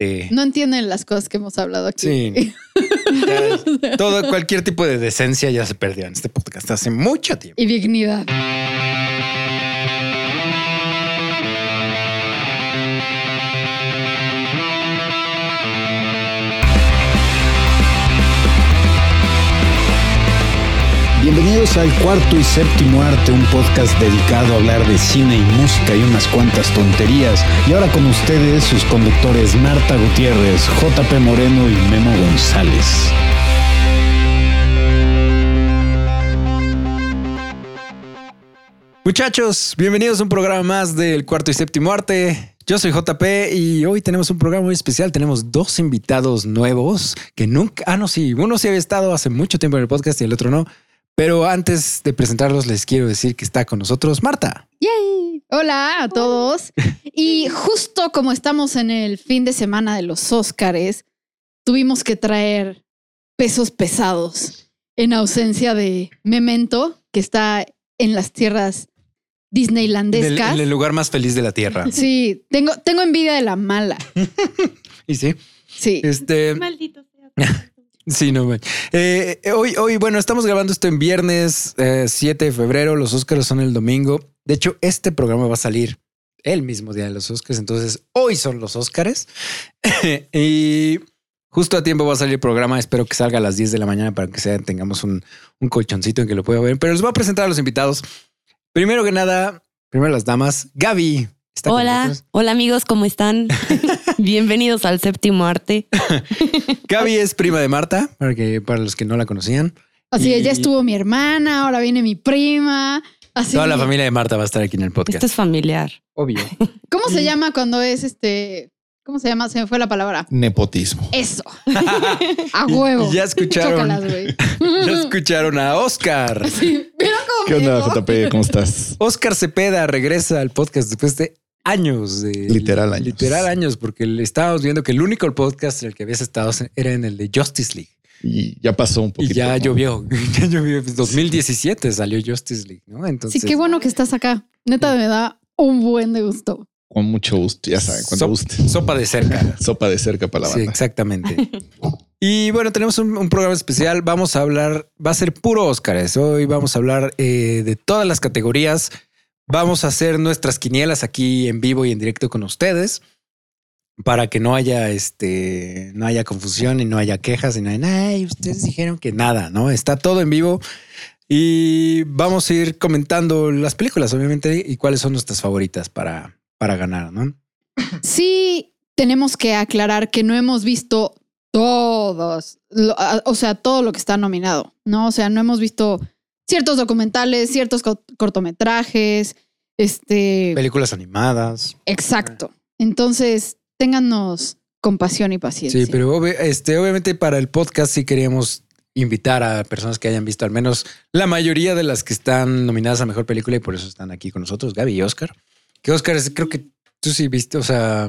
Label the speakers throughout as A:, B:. A: eh,
B: No entienden las cosas que hemos hablado aquí.
A: Sí. ya, todo, cualquier tipo de decencia ya se perdió en este podcast hace mucho tiempo.
B: Y dignidad.
C: Bienvenidos al cuarto y séptimo arte, un podcast dedicado a hablar de cine y música y unas cuantas tonterías. Y ahora con ustedes sus conductores Marta Gutiérrez, JP Moreno y Memo González.
A: Muchachos, bienvenidos a un programa más del cuarto y séptimo arte. Yo soy JP y hoy tenemos un programa muy especial. Tenemos dos invitados nuevos que nunca. Ah, no, sí. Uno sí había estado hace mucho tiempo en el podcast y el otro no. Pero antes de presentarlos, les quiero decir que está con nosotros Marta.
B: ¡Yay! Hola a todos. Y justo como estamos en el fin de semana de los Óscares, tuvimos que traer pesos pesados en ausencia de Memento, que está en las tierras
A: En el,
B: disneylandescas.
A: en el lugar más feliz de la tierra.
B: Sí, tengo, tengo envidia de la mala.
A: Y sí,
B: Sí.
A: este.
D: Maldito sea.
A: Sí, no man. Eh, hoy, hoy, bueno, estamos grabando esto en viernes eh, 7 de febrero. Los Óscaros son el domingo. De hecho, este programa va a salir el mismo día de los Óscares. Entonces, hoy son los Óscares. y justo a tiempo va a salir el programa. Espero que salga a las 10 de la mañana para que sea, tengamos un, un colchoncito en que lo pueda ver. Pero les voy a presentar a los invitados. Primero que nada, primero las damas. Gaby. está con
D: Hola,
A: nosotros.
D: hola amigos, ¿cómo están? Bienvenidos al séptimo arte.
A: Gaby es prima de Marta, para, que, para los que no la conocían.
B: Así es,
A: y-
B: ya estuvo mi hermana, ahora viene mi prima. Así.
A: Toda la familia de Marta va a estar aquí en el podcast.
D: Esto es familiar.
A: Obvio.
B: ¿Cómo se llama cuando es este? ¿Cómo se llama? Se me fue la palabra.
E: Nepotismo.
B: Eso. A huevo.
A: Y ya escucharon.
B: Chócalas, güey.
A: Ya escucharon a Oscar.
B: Sí, ¿vieron cómo
E: ¿Qué onda,
B: pegó?
E: JP? ¿Cómo estás?
A: Oscar Cepeda regresa al podcast después de años. De,
E: Literal años.
A: Literal años, porque le estábamos viendo que el único podcast en el que habías estado era en el de Justice League.
E: Y ya pasó un poquito.
A: y ya
E: ¿no?
A: llovió. Ya llovió. Pues 2017 salió Justice League, ¿no? Entonces.
B: Sí, qué bueno que estás acá. Neta, me da un buen de gusto.
E: Con mucho gusto, ya saben, cuando
A: Sop-
E: guste.
A: Sopa de cerca.
E: Sopa de cerca para la
A: Sí,
E: banda.
A: exactamente. Y bueno, tenemos un, un programa especial. Vamos a hablar, va a ser puro Óscares. Hoy vamos a hablar eh, de todas las categorías. Vamos a hacer nuestras quinielas aquí en vivo y en directo con ustedes para que no haya este, no haya confusión y no haya quejas y no haya, ay, ustedes dijeron que nada, ¿no? Está todo en vivo y vamos a ir comentando las películas, obviamente, y cuáles son nuestras favoritas para, para ganar, ¿no?
B: Sí, tenemos que aclarar que no hemos visto todos, lo- a- o sea, todo lo que está nominado, ¿no? O sea, no hemos visto ciertos documentales, ciertos co- cortometrajes, este...
A: Películas animadas.
B: Exacto. Entonces, téngannos compasión y paciencia.
A: Sí, pero obvi- este, obviamente para el podcast sí queríamos invitar a personas que hayan visto al menos la mayoría de las que están nominadas a mejor película y por eso están aquí con nosotros, Gaby y Oscar. Que Oscar, es- creo que tú sí viste, o sea,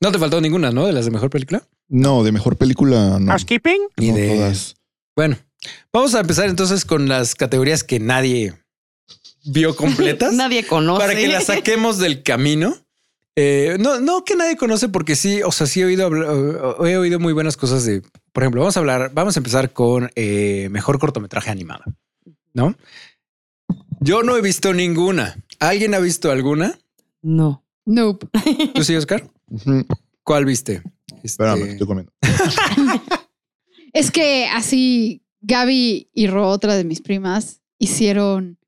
A: no te faltó ninguna, ¿no? De las de mejor película.
E: No, de mejor película no.
F: Housekeeping.
E: No
A: Ah, Ni de-
E: todas.
A: Bueno, vamos a empezar entonces con las categorías que nadie vio completas.
D: Nadie conoce.
A: para que la saquemos del camino. Eh, no, no que nadie conoce, porque sí, o sea, sí he oído, hablar- o- o- he oído muy buenas cosas de, por ejemplo, vamos a hablar, vamos a empezar con eh, mejor cortometraje animado, ¿no? Yo no he visto ninguna. ¿Alguien ha visto alguna?
D: No.
B: Nope.
A: ¿Tú sí, Oscar?
E: Ujú.
A: ¿Cuál viste? Este,
E: Espérame, estoy comiendo.
B: Es que así Gaby y Ro, otra de mis primas, hicieron,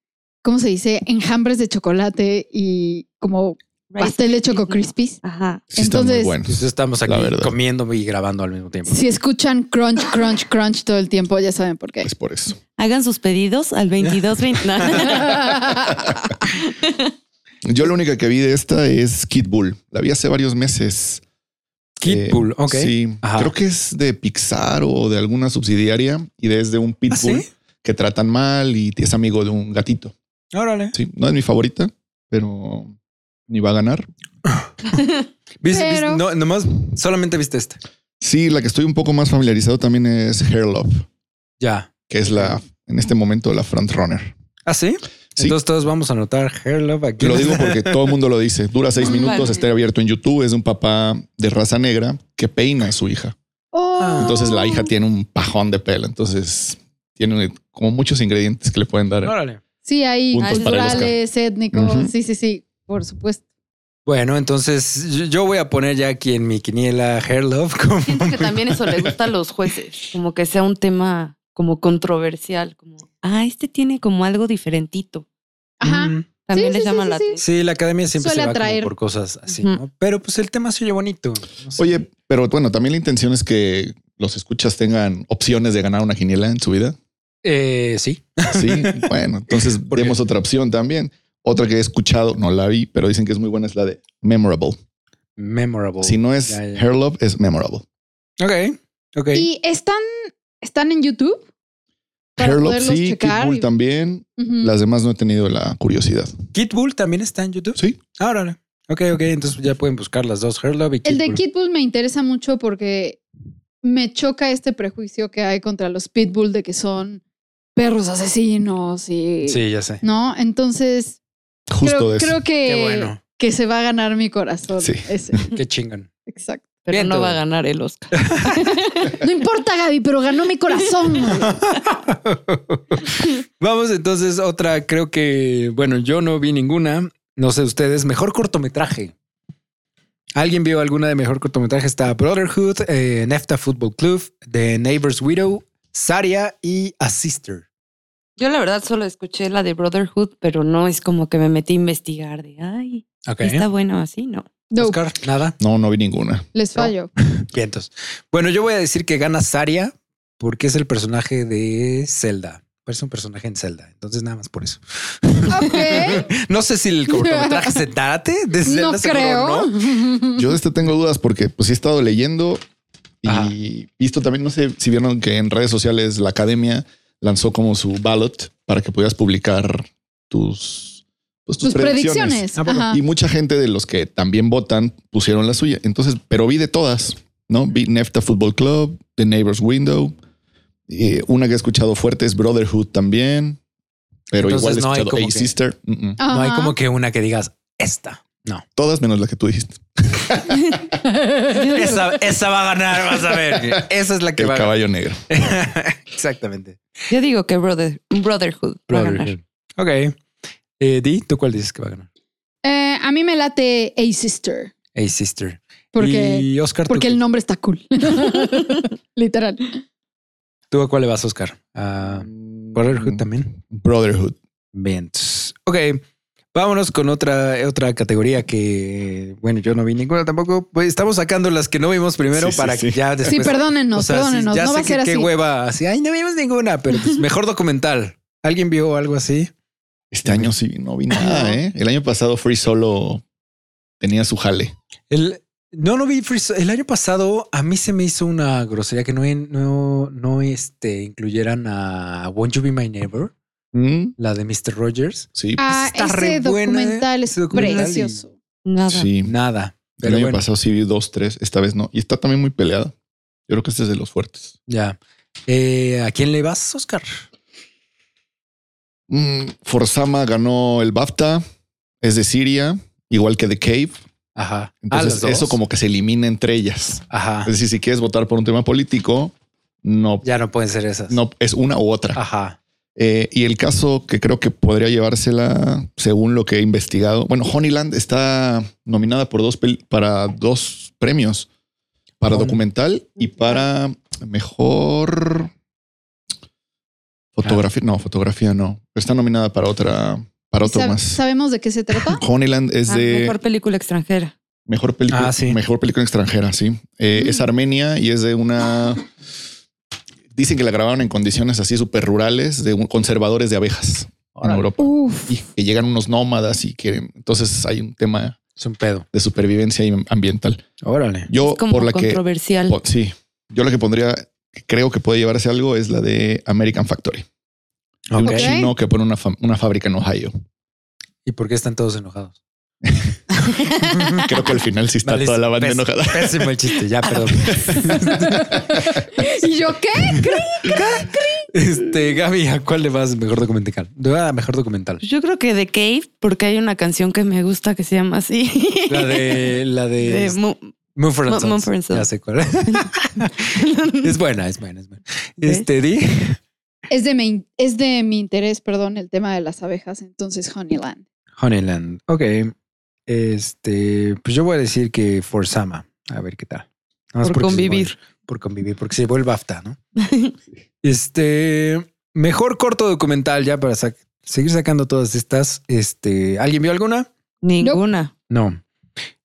B: ¿cómo se dice? Enjambres de chocolate y como pastel de Choco Crispies.
D: Ajá.
E: Sí, están muy
B: Entonces-
A: pues
E: buenos.
A: estamos aquí
E: La verdad.
A: comiendo y grabando al mismo tiempo.
B: Si escuchan crunch, crunch, crunch todo el tiempo, ya saben por
A: Ah.
B: qué.
E: Es por eso.
D: Hagan sus pedidos al 22
E: Yo la única que vi de esta es Kid Bull. La vi hace varios meses.
A: Kid
E: Eh,
A: Bull, ok.
E: Sí.
A: Ajá.
E: Creo que es de Pixar o de alguna subsidiaria y desde un
A: ¿Ah,
E: pitbull
A: sí?
E: que tratan mal y es amigo de un gatito.
A: Órale.
E: Sí, no es mi favorita, pero ni va a ganar.
A: ¿Viste, viste-
B: Pero-
A: no, nomás solamente viste esta.
E: Sí, la que estoy un poco más familiarizado también es Hair Love,
A: Ya.
E: que es la en este momento la frontrunner.
A: ¿Ah, sí?
E: Sí.
A: Entonces todos vamos a anotar Hair Love aquí.
E: Lo digo porque todo el mundo lo dice. Dura seis minutos,
D: Vale.
E: está abierto en YouTube. Es de un papá de raza negra que peina a su hija.
B: Oh.
E: Entonces la hija tiene un pajón de pelo. Entonces tiene como muchos ingredientes que le pueden dar.
A: Órale.
B: Sí, hay
E: Puntos
D: para el Oscar.
B: culturales, étnicos.
E: Ujú.
B: Sí, sí, sí, por supuesto.
A: Bueno, entonces yo- yo voy a poner ya aquí en mi quiniela Hair Love como
D: Siento que también eso le gusta a los jueces, como que sea un tema como controversial, como, ah, este tiene como algo diferentito.
B: Ajá.
A: Mm.
D: También
B: Sí,
D: les
B: sí,
D: llama
B: sí,
D: la
B: sí, sí.
D: atención.
A: Sí, la academia siempre
B: Suele
A: se va como
B: atraer.
A: por cosas así,
D: Ujú.
A: ¿no? Pero pues el tema se oye bonito. no sé.
E: Oye, pero bueno, también la intención es que los escuchas tengan opciones de ganar una quiniela en su vida.
A: Eh, sí.
E: Sí, bueno, entonces
A: Porque-
E: vemos otra opción también. Otra que he escuchado, no la vi, pero dicen que es muy buena, es la de memorable.
A: Memorable.
E: Si no es
A: Oh, Ya, ya.
E: hair love, es memorable.
A: Ok, ok.
B: ¿Y están, están en YouTube? Para
E: Hair love
B: poderlos
E: sí,
B: checar
E: Kid Bull
B: y-
E: también.
B: Ujú.
E: Las demás no he tenido la curiosidad.
A: Kid Bull también está en YouTube.
E: Sí,
A: Ah, órale. Ok, ok. Entonces ya pueden buscar las dos, Hair Love y Kid
B: El de
A: Bull.
B: Kid Bull me interesa mucho porque me choca este prejuicio que hay contra los Pitbull de que son perros asesinos y...
A: Sí, ya sé.
B: ¿No? Entonces,
E: justo
B: creo,
E: de eso.
B: creo que,
A: Qué bueno.
B: que se va a ganar mi corazón.
E: Sí.
B: Ese.
A: Qué chingón.
B: Exacto.
D: Pero
A: Bien,
D: no
A: todo.
D: va a ganar el Oscar.
B: No importa, Gaby, pero ganó mi corazón. güey.
A: Vamos entonces otra, creo que, bueno, yo no vi ninguna, no sé ustedes, mejor cortometraje. ¿Alguien vio alguna de mejor cortometraje? Está Brotherhood, eh, Nefta Football Club, The Neighbor's Widow, Saria y A Sister.
D: Yo la verdad solo escuché la de Brotherhood, pero no es como que me metí a investigar de, ay,
A: Ok.
D: está bueno así, ¿no?
B: No,
A: Oscar, nada.
E: No, no vi ninguna.
B: les fallo.
A: Vientos. Bueno, yo voy a decir que gana Saria porque es el personaje de Zelda. Parece un personaje en Zelda. Entonces, nada más por eso.
B: Ok.
A: No sé si el cortometraje se trate de Zelda.
B: No
A: seguro
B: creo.
A: no.
E: Yo de este tengo dudas porque pues sí he estado leyendo y
A: Ajá.
E: visto también, no sé si vieron que en redes sociales la academia lanzó como su ballot para que pudieras publicar tus, pues, tus
B: Tus
E: predicciones.
B: predicciones. Ah.
A: ¿A poco?
B: Ajá.
E: Y mucha gente de los que también votan pusieron la suya. Entonces, pero vi de todas, ¿no? Vi Nefta Football Club, The Neighbor's Window. eh, una que he escuchado fuerte es Brotherhood también. Pero
A: Entonces,
E: igual he
A: no hay
E: escuchado
A: como
E: Hey
A: que-
E: Sister. mm, mm.
A: No hay
B: Ajá.
A: como que una que digas esta. No.
E: Todas menos la que tú dijiste.
A: Esa, esa va a ganar, vas a ver. Esa es la que
E: el
A: va a ganar.
E: caballo negro.
A: Exactamente.
D: Yo digo que brother, Brotherhood va a ganar.
A: Ok. Eh, Di, ¿tú cuál dices que va a ganar?
B: Eh, a mí me late A Sister.
A: Hey, sister.
B: Porque,
A: y Oscar,
B: porque
A: ¿tú,
B: el nombre está cool. Literal.
A: ¿tú a cuál le vas, Oscar? ¿A Brotherhood también?
E: Brotherhood.
A: Bien. entonces, Ok. Vámonos con otra, otra categoría que, bueno, yo no vi ninguna tampoco. Pues estamos sacando las que no vimos primero
E: Sí, sí,
A: para
E: sí.
A: que ya después.
B: Sí,
A: Pues, O
B: perdónenos,
A: sea, sí,
B: perdónenos.
A: ya
B: no
A: sé
B: va a
A: que
B: ser
A: qué
B: así.
A: hueva. Así, ay, no vimos ninguna, pero pues, mejor documental. ¿Alguien vio algo así?
E: Este año sí no vi nada, ¿eh? El año pasado Free Solo tenía su jale.
A: El, no, no vi Free Solo. El año pasado a mí se me hizo una grosería que no, no, no este, incluyeran a Won't You Be My Neighbor,
E: Mm,
A: la de Mr. Rogers.
E: Sí,
B: Ah,
A: Está re
B: ese
A: buena,
B: documental es
A: ese documental y-
B: precioso.
D: Ah, Nada.
E: sí.
A: Nada.
E: El
A: Pero
E: año
A: bueno,
E: pasado sí vi dos, tres. Esta vez no. Y está también muy peleada. Yo creo que este es de los fuertes.
A: ya. Eh, ¿A quién le vas, Oscar?
E: Mm, Forzama ganó el BAFTA. Es de Siria, igual que The Cave.
A: Ajá.
E: Entonces, eso como que se elimina entre ellas.
A: Ajá.
E: Es decir, si quieres votar por un tema político, no,
A: Ya no pueden ser esas.
E: no es una u otra.
A: Ajá.
E: Eh, y el caso que creo que podría llevársela, según lo que he investigado. Bueno, Honeyland está nominada por dos pel- para dos premios: para
A: Hon-
E: documental y para mejor fotografía. No, fotografía no. Está nominada para otra, para otro
B: Sab-
E: más.
B: ¿Sabemos de qué se trata?
E: Honeyland es
D: Ah,
E: de
D: Mejor película extranjera.
E: Mejor película,
A: Ah, sí.
E: mejor película extranjera, sí. Eh,
B: Mm.
E: Es Armenia y es de una. Dicen que la grabaron en condiciones así súper rurales de un- conservadores de abejas
A: Órale.
E: en Europa.
B: Uf.
E: Y que llegan unos nómadas y quieren. Entonces hay un tema
A: Es un pedo.
E: de supervivencia y ambiental.
A: Órale.
E: Yo
D: es como
E: por la que.
D: controversial.
E: po- sí. Yo la que pondría, que creo que puede llevarse algo, es la de American Factory.
A: Ok.
B: Ok.
E: Chino que pone una, fam- una fábrica en Ohio.
A: ¿Y por qué están todos enojados?
E: Creo que al final sí está
A: Vale,
E: toda la banda
A: pés-
E: enojada.
A: Pésimo el chiste, ya, perdón.
B: ¿Y yo qué?
A: Este, Gaby, ¿a cuál le vas mejor documental? Le voy a mejor documental.
D: Pues Yo creo que The Cave, porque hay una canción que me gusta que se llama así.
A: La de. La de.
D: De Mo-
A: Mumford and
D: Mu-
A: Sons.
D: Mumford and Sons.
A: Ya sé cuál. es buena, es buena, es buena. Este, di.
B: Es de, mi, es de mi interés, perdón, el tema de las abejas, entonces Honeyland.
A: Honeyland. Ok. Este, pues yo voy a decir que Forzama. A ver qué tal. Nada más
D: Por
A: porque se
D: convivir.
A: llevó el- por convivir, porque se llevó el BAFTA, ¿no? Este, mejor corto documental ya para sac- seguir sacando todas estas. Este, ¿alguien vio alguna?
D: Ninguna.
A: No,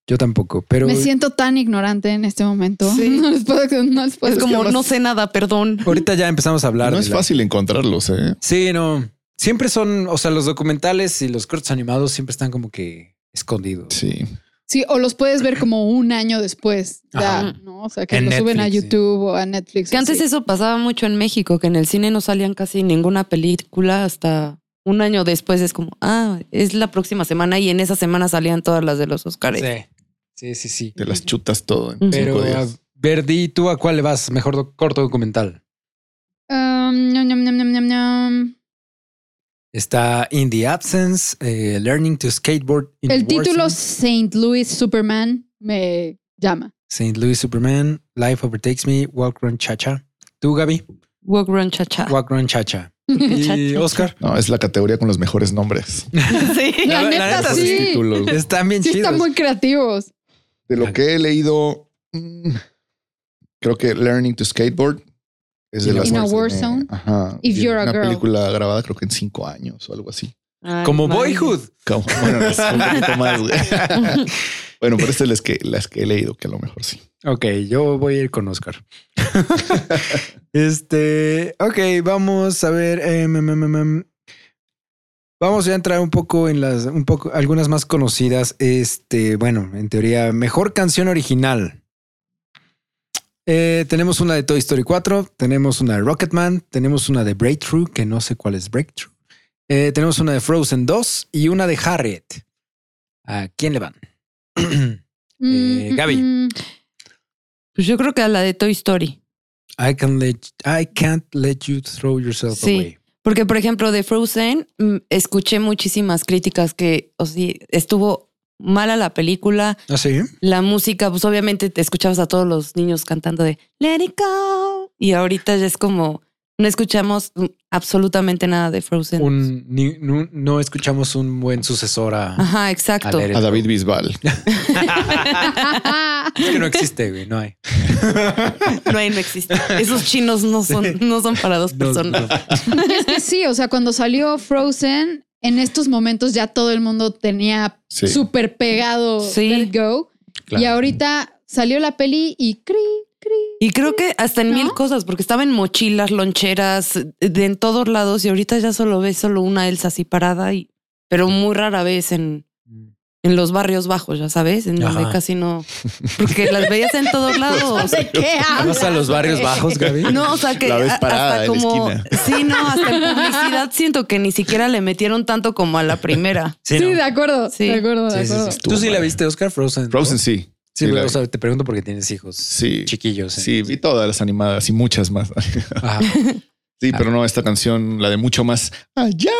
A: yo tampoco, pero
B: Me siento tan ignorante en este momento.
D: Sí.
B: No les puedo, no les puedo
D: Es como, no sé nada, perdón.
A: ahorita ya empezamos a hablar.
E: No
A: de
E: es
A: la-
E: fácil encontrarlos, ¿eh?
A: Sí, no. Siempre son, o sea, los documentales y los cortos animados siempre están como que escondidos.
E: Sí.
B: Sí, o los puedes ver como un año después. ya,
A: Ajá.
B: ¿no? O sea, que
A: En
B: lo suben a
A: Netflix, sí.
B: YouTube o a Netflix.
D: Que antes
B: así.
D: eso pasaba mucho en México, que en el cine no salían casi ninguna película hasta un año después. Es como, ah, es la próxima semana y en esa semana salían todas las de los Oscars.
A: Sí, sí, sí.
E: Te las chutas todo en
D: Ujú.
A: Pero
E: cinco
A: ah, a
E: días.
A: Verdi, ¿tú a cuál le vas? Mejor do- corto documental.
B: Um, ñam, ñam, ñam, ñam, ñam, ñam.
A: Está In the Absence, eh, Learning to Skateboard. in
B: El título
A: Warzone,
B: Saint Louis Superman me llama.
A: Saint Louis Superman, Life Overtakes Me, Walk Run Chacha. Tú, Gaby,
D: Walk Run Cha
B: Ah.
D: Cha.
A: Walk Run Chacha. Y
D: Cha-cha.
A: Oscar.
E: No, es la categoría con los mejores nombres.
D: Sí.
B: La,
A: la
B: neta,
A: neta,
E: Mejores
B: sí.
E: títulos.
A: Están bien
B: Sí,
A: chidos.
B: están muy creativos.
E: De lo que he leído, mm, creo que Learning to Skateboard es de
A: In a-
E: las
A: In
B: a
E: más-
B: War
E: eh,
B: Zone.
E: ajá,
B: If
E: y
B: You're a
E: una
B: Girl.
E: película grabada creo que en cinco años o algo así.
D: Ay,
A: Como
D: madre.
A: Boyhood.
E: Como- bueno, es un poquito más, güey. bueno, pero estas las que las que he leído que a lo mejor sí.
A: Ok, yo voy a ir con Oscar. este, ok, vamos a ver. em, em, em, em, em. Vamos a entrar un poco en las, un poco, algunas más conocidas. Este, bueno, en teoría, mejor canción original. Eh, tenemos una de Toy Story 4, tenemos una de Rocketman, tenemos una de Breakthrough, que no sé cuál es Breakthrough. Eh, tenemos una de Frozen 2 y una de Harriet. ¿A quién le van? Eh,
B: Mm,
A: Gaby.
B: mm, mm.
D: Pues yo creo que a la de Toy Story.
A: I can let I can't let you throw yourself
D: Sí.
A: away.
D: Porque, por ejemplo, de Frozen mm, escuché muchísimas críticas que, o sí, estuvo mala la película,
A: ¿Ah, sí?
D: la música, pues obviamente te escuchabas a todos los niños cantando de Let it go. Y ahorita ya es como, no escuchamos mm, absolutamente nada de Frozen.
A: Un, ni- nu- no escuchamos un buen sucesor a...
D: Ajá,
A: A
D: exacto.
A: ver.
E: A David Bisbal.
A: Es que no existe, güey, no hay.
D: No hay, no existe. Esos chinos no son, no son para dos
A: No,
D: personas.
A: no.
B: Es que sí, o sea, cuando salió Frozen, en estos momentos ya todo el mundo tenía
E: Sí.
B: súper pegado
D: Sí.
B: Let Go.
A: Claro.
B: Y ahorita salió la peli y cri, cri.
D: Y creo que hasta en
B: ¿No?
D: mil cosas, porque estaba en mochilas, loncheras, de en todos lados, y ahorita ya solo ves solo una Elsa así parada, y, pero muy rara vez en, en los barrios bajos, ya sabes, en donde
A: Ajá. Pues,
D: casi no. Porque las veías en todos lados.
B: ¿De qué
A: Vamos
B: hablas?
A: a los barrios bajos, Gaby.
D: No, o sea que
E: La ves
D: a-
E: parada
D: hasta
E: en la
D: como.
E: esquina.
D: Sí, no, hasta en publicidad siento que ni siquiera le metieron tanto como a la primera.
B: Sí,
A: ¿no?
B: de acuerdo,
D: Sí.
B: de acuerdo,
A: Sí,
B: de
A: sí, sí.
B: acuerdo.
A: Tú sí la viste, Oscar Frozen. ¿no?
E: Frozen sí.
A: Sí,
E: la
A: pero, o
E: vi.
A: sea, te pregunto porque tienes hijos.
E: Sí.
A: Chiquillos. ¿eh?
E: Sí, vi todas las animadas y muchas más.
A: Ajá.
B: Ah.
E: Sí, pero no, esta canción, la de mucho más allá.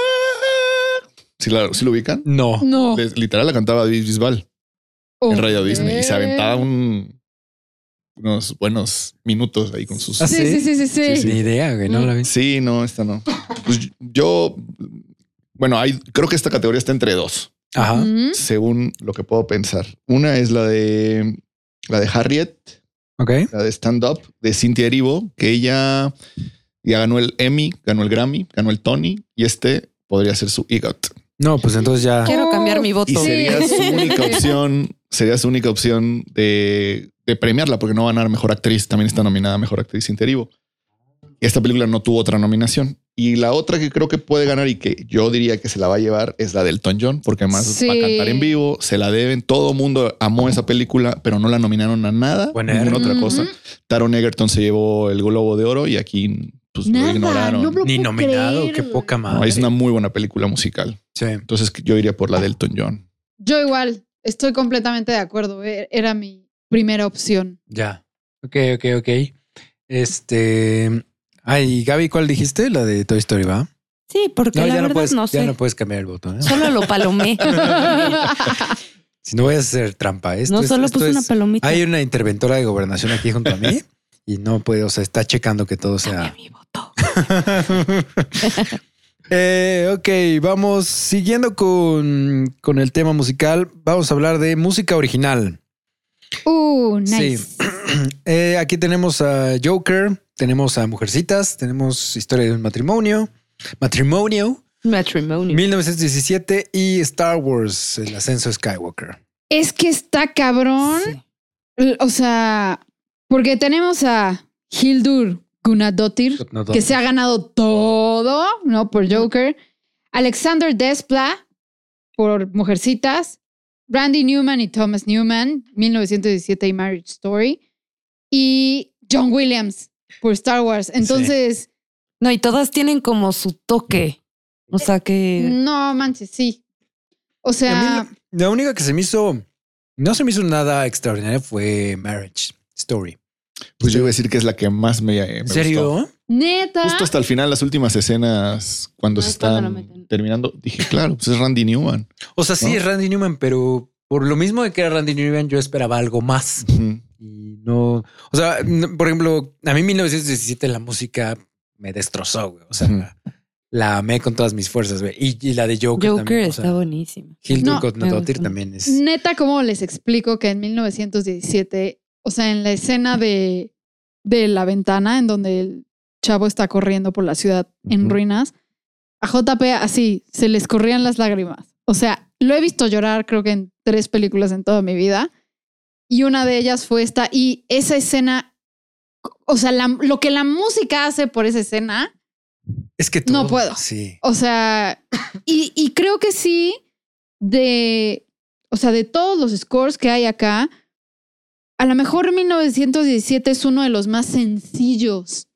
E: ¿Sí, la, sí lo ubican?
A: No.
B: No.
E: Les- Literal la cantaba David Bisbal en Radio
B: Ok.
E: Disney y se aventaba un- unos buenos minutos ahí con sus.
A: ¿Ah,
B: Sí, sí, sí, sí, Mm. sí.
E: Sí,
A: Ni idea, güey, no la vi.
E: Sí, no, esta no. Pues yo, bueno, hay, creo que esta categoría está entre dos,
A: Ajá.
B: Mm.
E: según lo que puedo pensar. Una es la de la de Harriet,
A: Ok.
E: la de Stand Up, de Cynthia Erivo, que ella ya ganó el Emmy, ganó el Grammy, ganó el Tony y este podría ser su EGOT.
A: No, pues entonces ya...
D: Quiero
B: Oh,
D: cambiar mi voto.
E: Y
B: Sí.
E: sería su única opción, sería su única opción de, de premiarla, porque no va a ganar mejor actriz, también está nominada a mejor actriz interivo. Esta película no tuvo otra nominación. Y la otra que creo que puede ganar y que yo diría que se la va a llevar es la del Ton John, porque además va a
B: Sí.
E: cantar en vivo, se la deben. Todo mundo amó esa película, pero no la nominaron a nada,
A: Buena
E: ninguna
A: era.
E: otra cosa.
B: Ujú.
E: Taron Egerton se llevó el Globo de Oro y aquí pues lo
B: Nada,
E: ignoraron.
B: no lo
A: Ni
B: puedo
A: nominado,
B: creer.
A: qué poca madre.
E: No, es una muy buena película musical.
A: Sí.
E: Entonces yo iría por la del Elton John.
B: Yo igual, estoy completamente de acuerdo. e- Era mi primera opción.
A: Ya. Ok, ok, ok. Este. Ay, Gaby, ¿cuál dijiste? La de Toy Story, ¿va?
D: Sí, porque
A: No,
D: la
A: ya no
D: verdad
A: puedes,
D: no
A: ya
D: sé.
A: no puedes cambiar el botón. ¿eh?
D: Solo lo palomé.
A: Si no voy a hacer trampa, esto
D: no
A: es-
D: solo
A: esto
D: puse una
A: es-
D: palomita.
A: Hay una interventora de gobernación aquí junto a mí y no puede, o sea, está checando que todo sea.
D: Dame mi voto.
A: Eh, ok, vamos siguiendo con, con el tema musical. Vamos a hablar de música original.
B: Uh, nice.
A: Sí. Eh, aquí tenemos a Joker, tenemos a Mujercitas, tenemos Historia de un matrimonio, Matrimonio,
D: Matrimonio.
A: 1917 y Star Wars, El ascenso de Skywalker.
B: Es que está cabrón.
D: Sí.
B: L- O sea, porque tenemos a Hildur Gunadotir, que se ha ganado todo, ¿no? Por Joker. Alexander Desplat, por Mujercitas. Randy Newman y Thomas Newman, 1917 y Marriage Story. Y John Williams, por Star Wars. Entonces,
D: No, y todas tienen como su toque. O sea que.
B: no manches, sí. O
A: A
B: sea,
A: mí la, la única que se me hizo, no se me hizo nada extraordinario fue Marriage Story.
E: Pues yo iba a decir que es la que más me, me
A: ¿En
E: gustó.
A: serio?
B: neta.
E: Justo hasta el final, las últimas escenas, cuando
D: Ah,
E: se
D: es cuando
E: están
D: lo meten.
E: terminando, dije, claro, pues es Randy Newman.
A: O sea, sí
E: ¿No?
A: es Randy Newman, pero por lo mismo de que era Randy Newman, yo esperaba algo más.
E: Ujú.
A: Y no, o sea, no- por ejemplo, a mí 1917 la música me destrozó, güey. O sea,
E: Ujú.
A: la amé con todas mis fuerzas, güey. Y, y la de Joker,
D: Joker
A: también. O
D: está
A: sea,
D: buenísima.
A: Hildur
B: No, Mm,
A: Gottmedottir
D: me gusta.
A: también es.
B: Neta, ¿cómo les explico que en 1917, o sea, en la escena de, de la ventana en donde el chavo está corriendo por la ciudad en
E: Ujú.
B: ruinas, a JP así se les corrían las lágrimas. O sea, lo he visto llorar creo que en tres películas en toda mi vida y una de ellas fue esta y esa escena, o sea, la- lo que la música hace por esa escena,
A: Es que
B: No
A: todo-
B: puedo.
A: Sí.
B: o sea, y, y creo que sí, de, o sea, de todos los scores que hay acá, a lo mejor 1917 es uno de los más sencillos,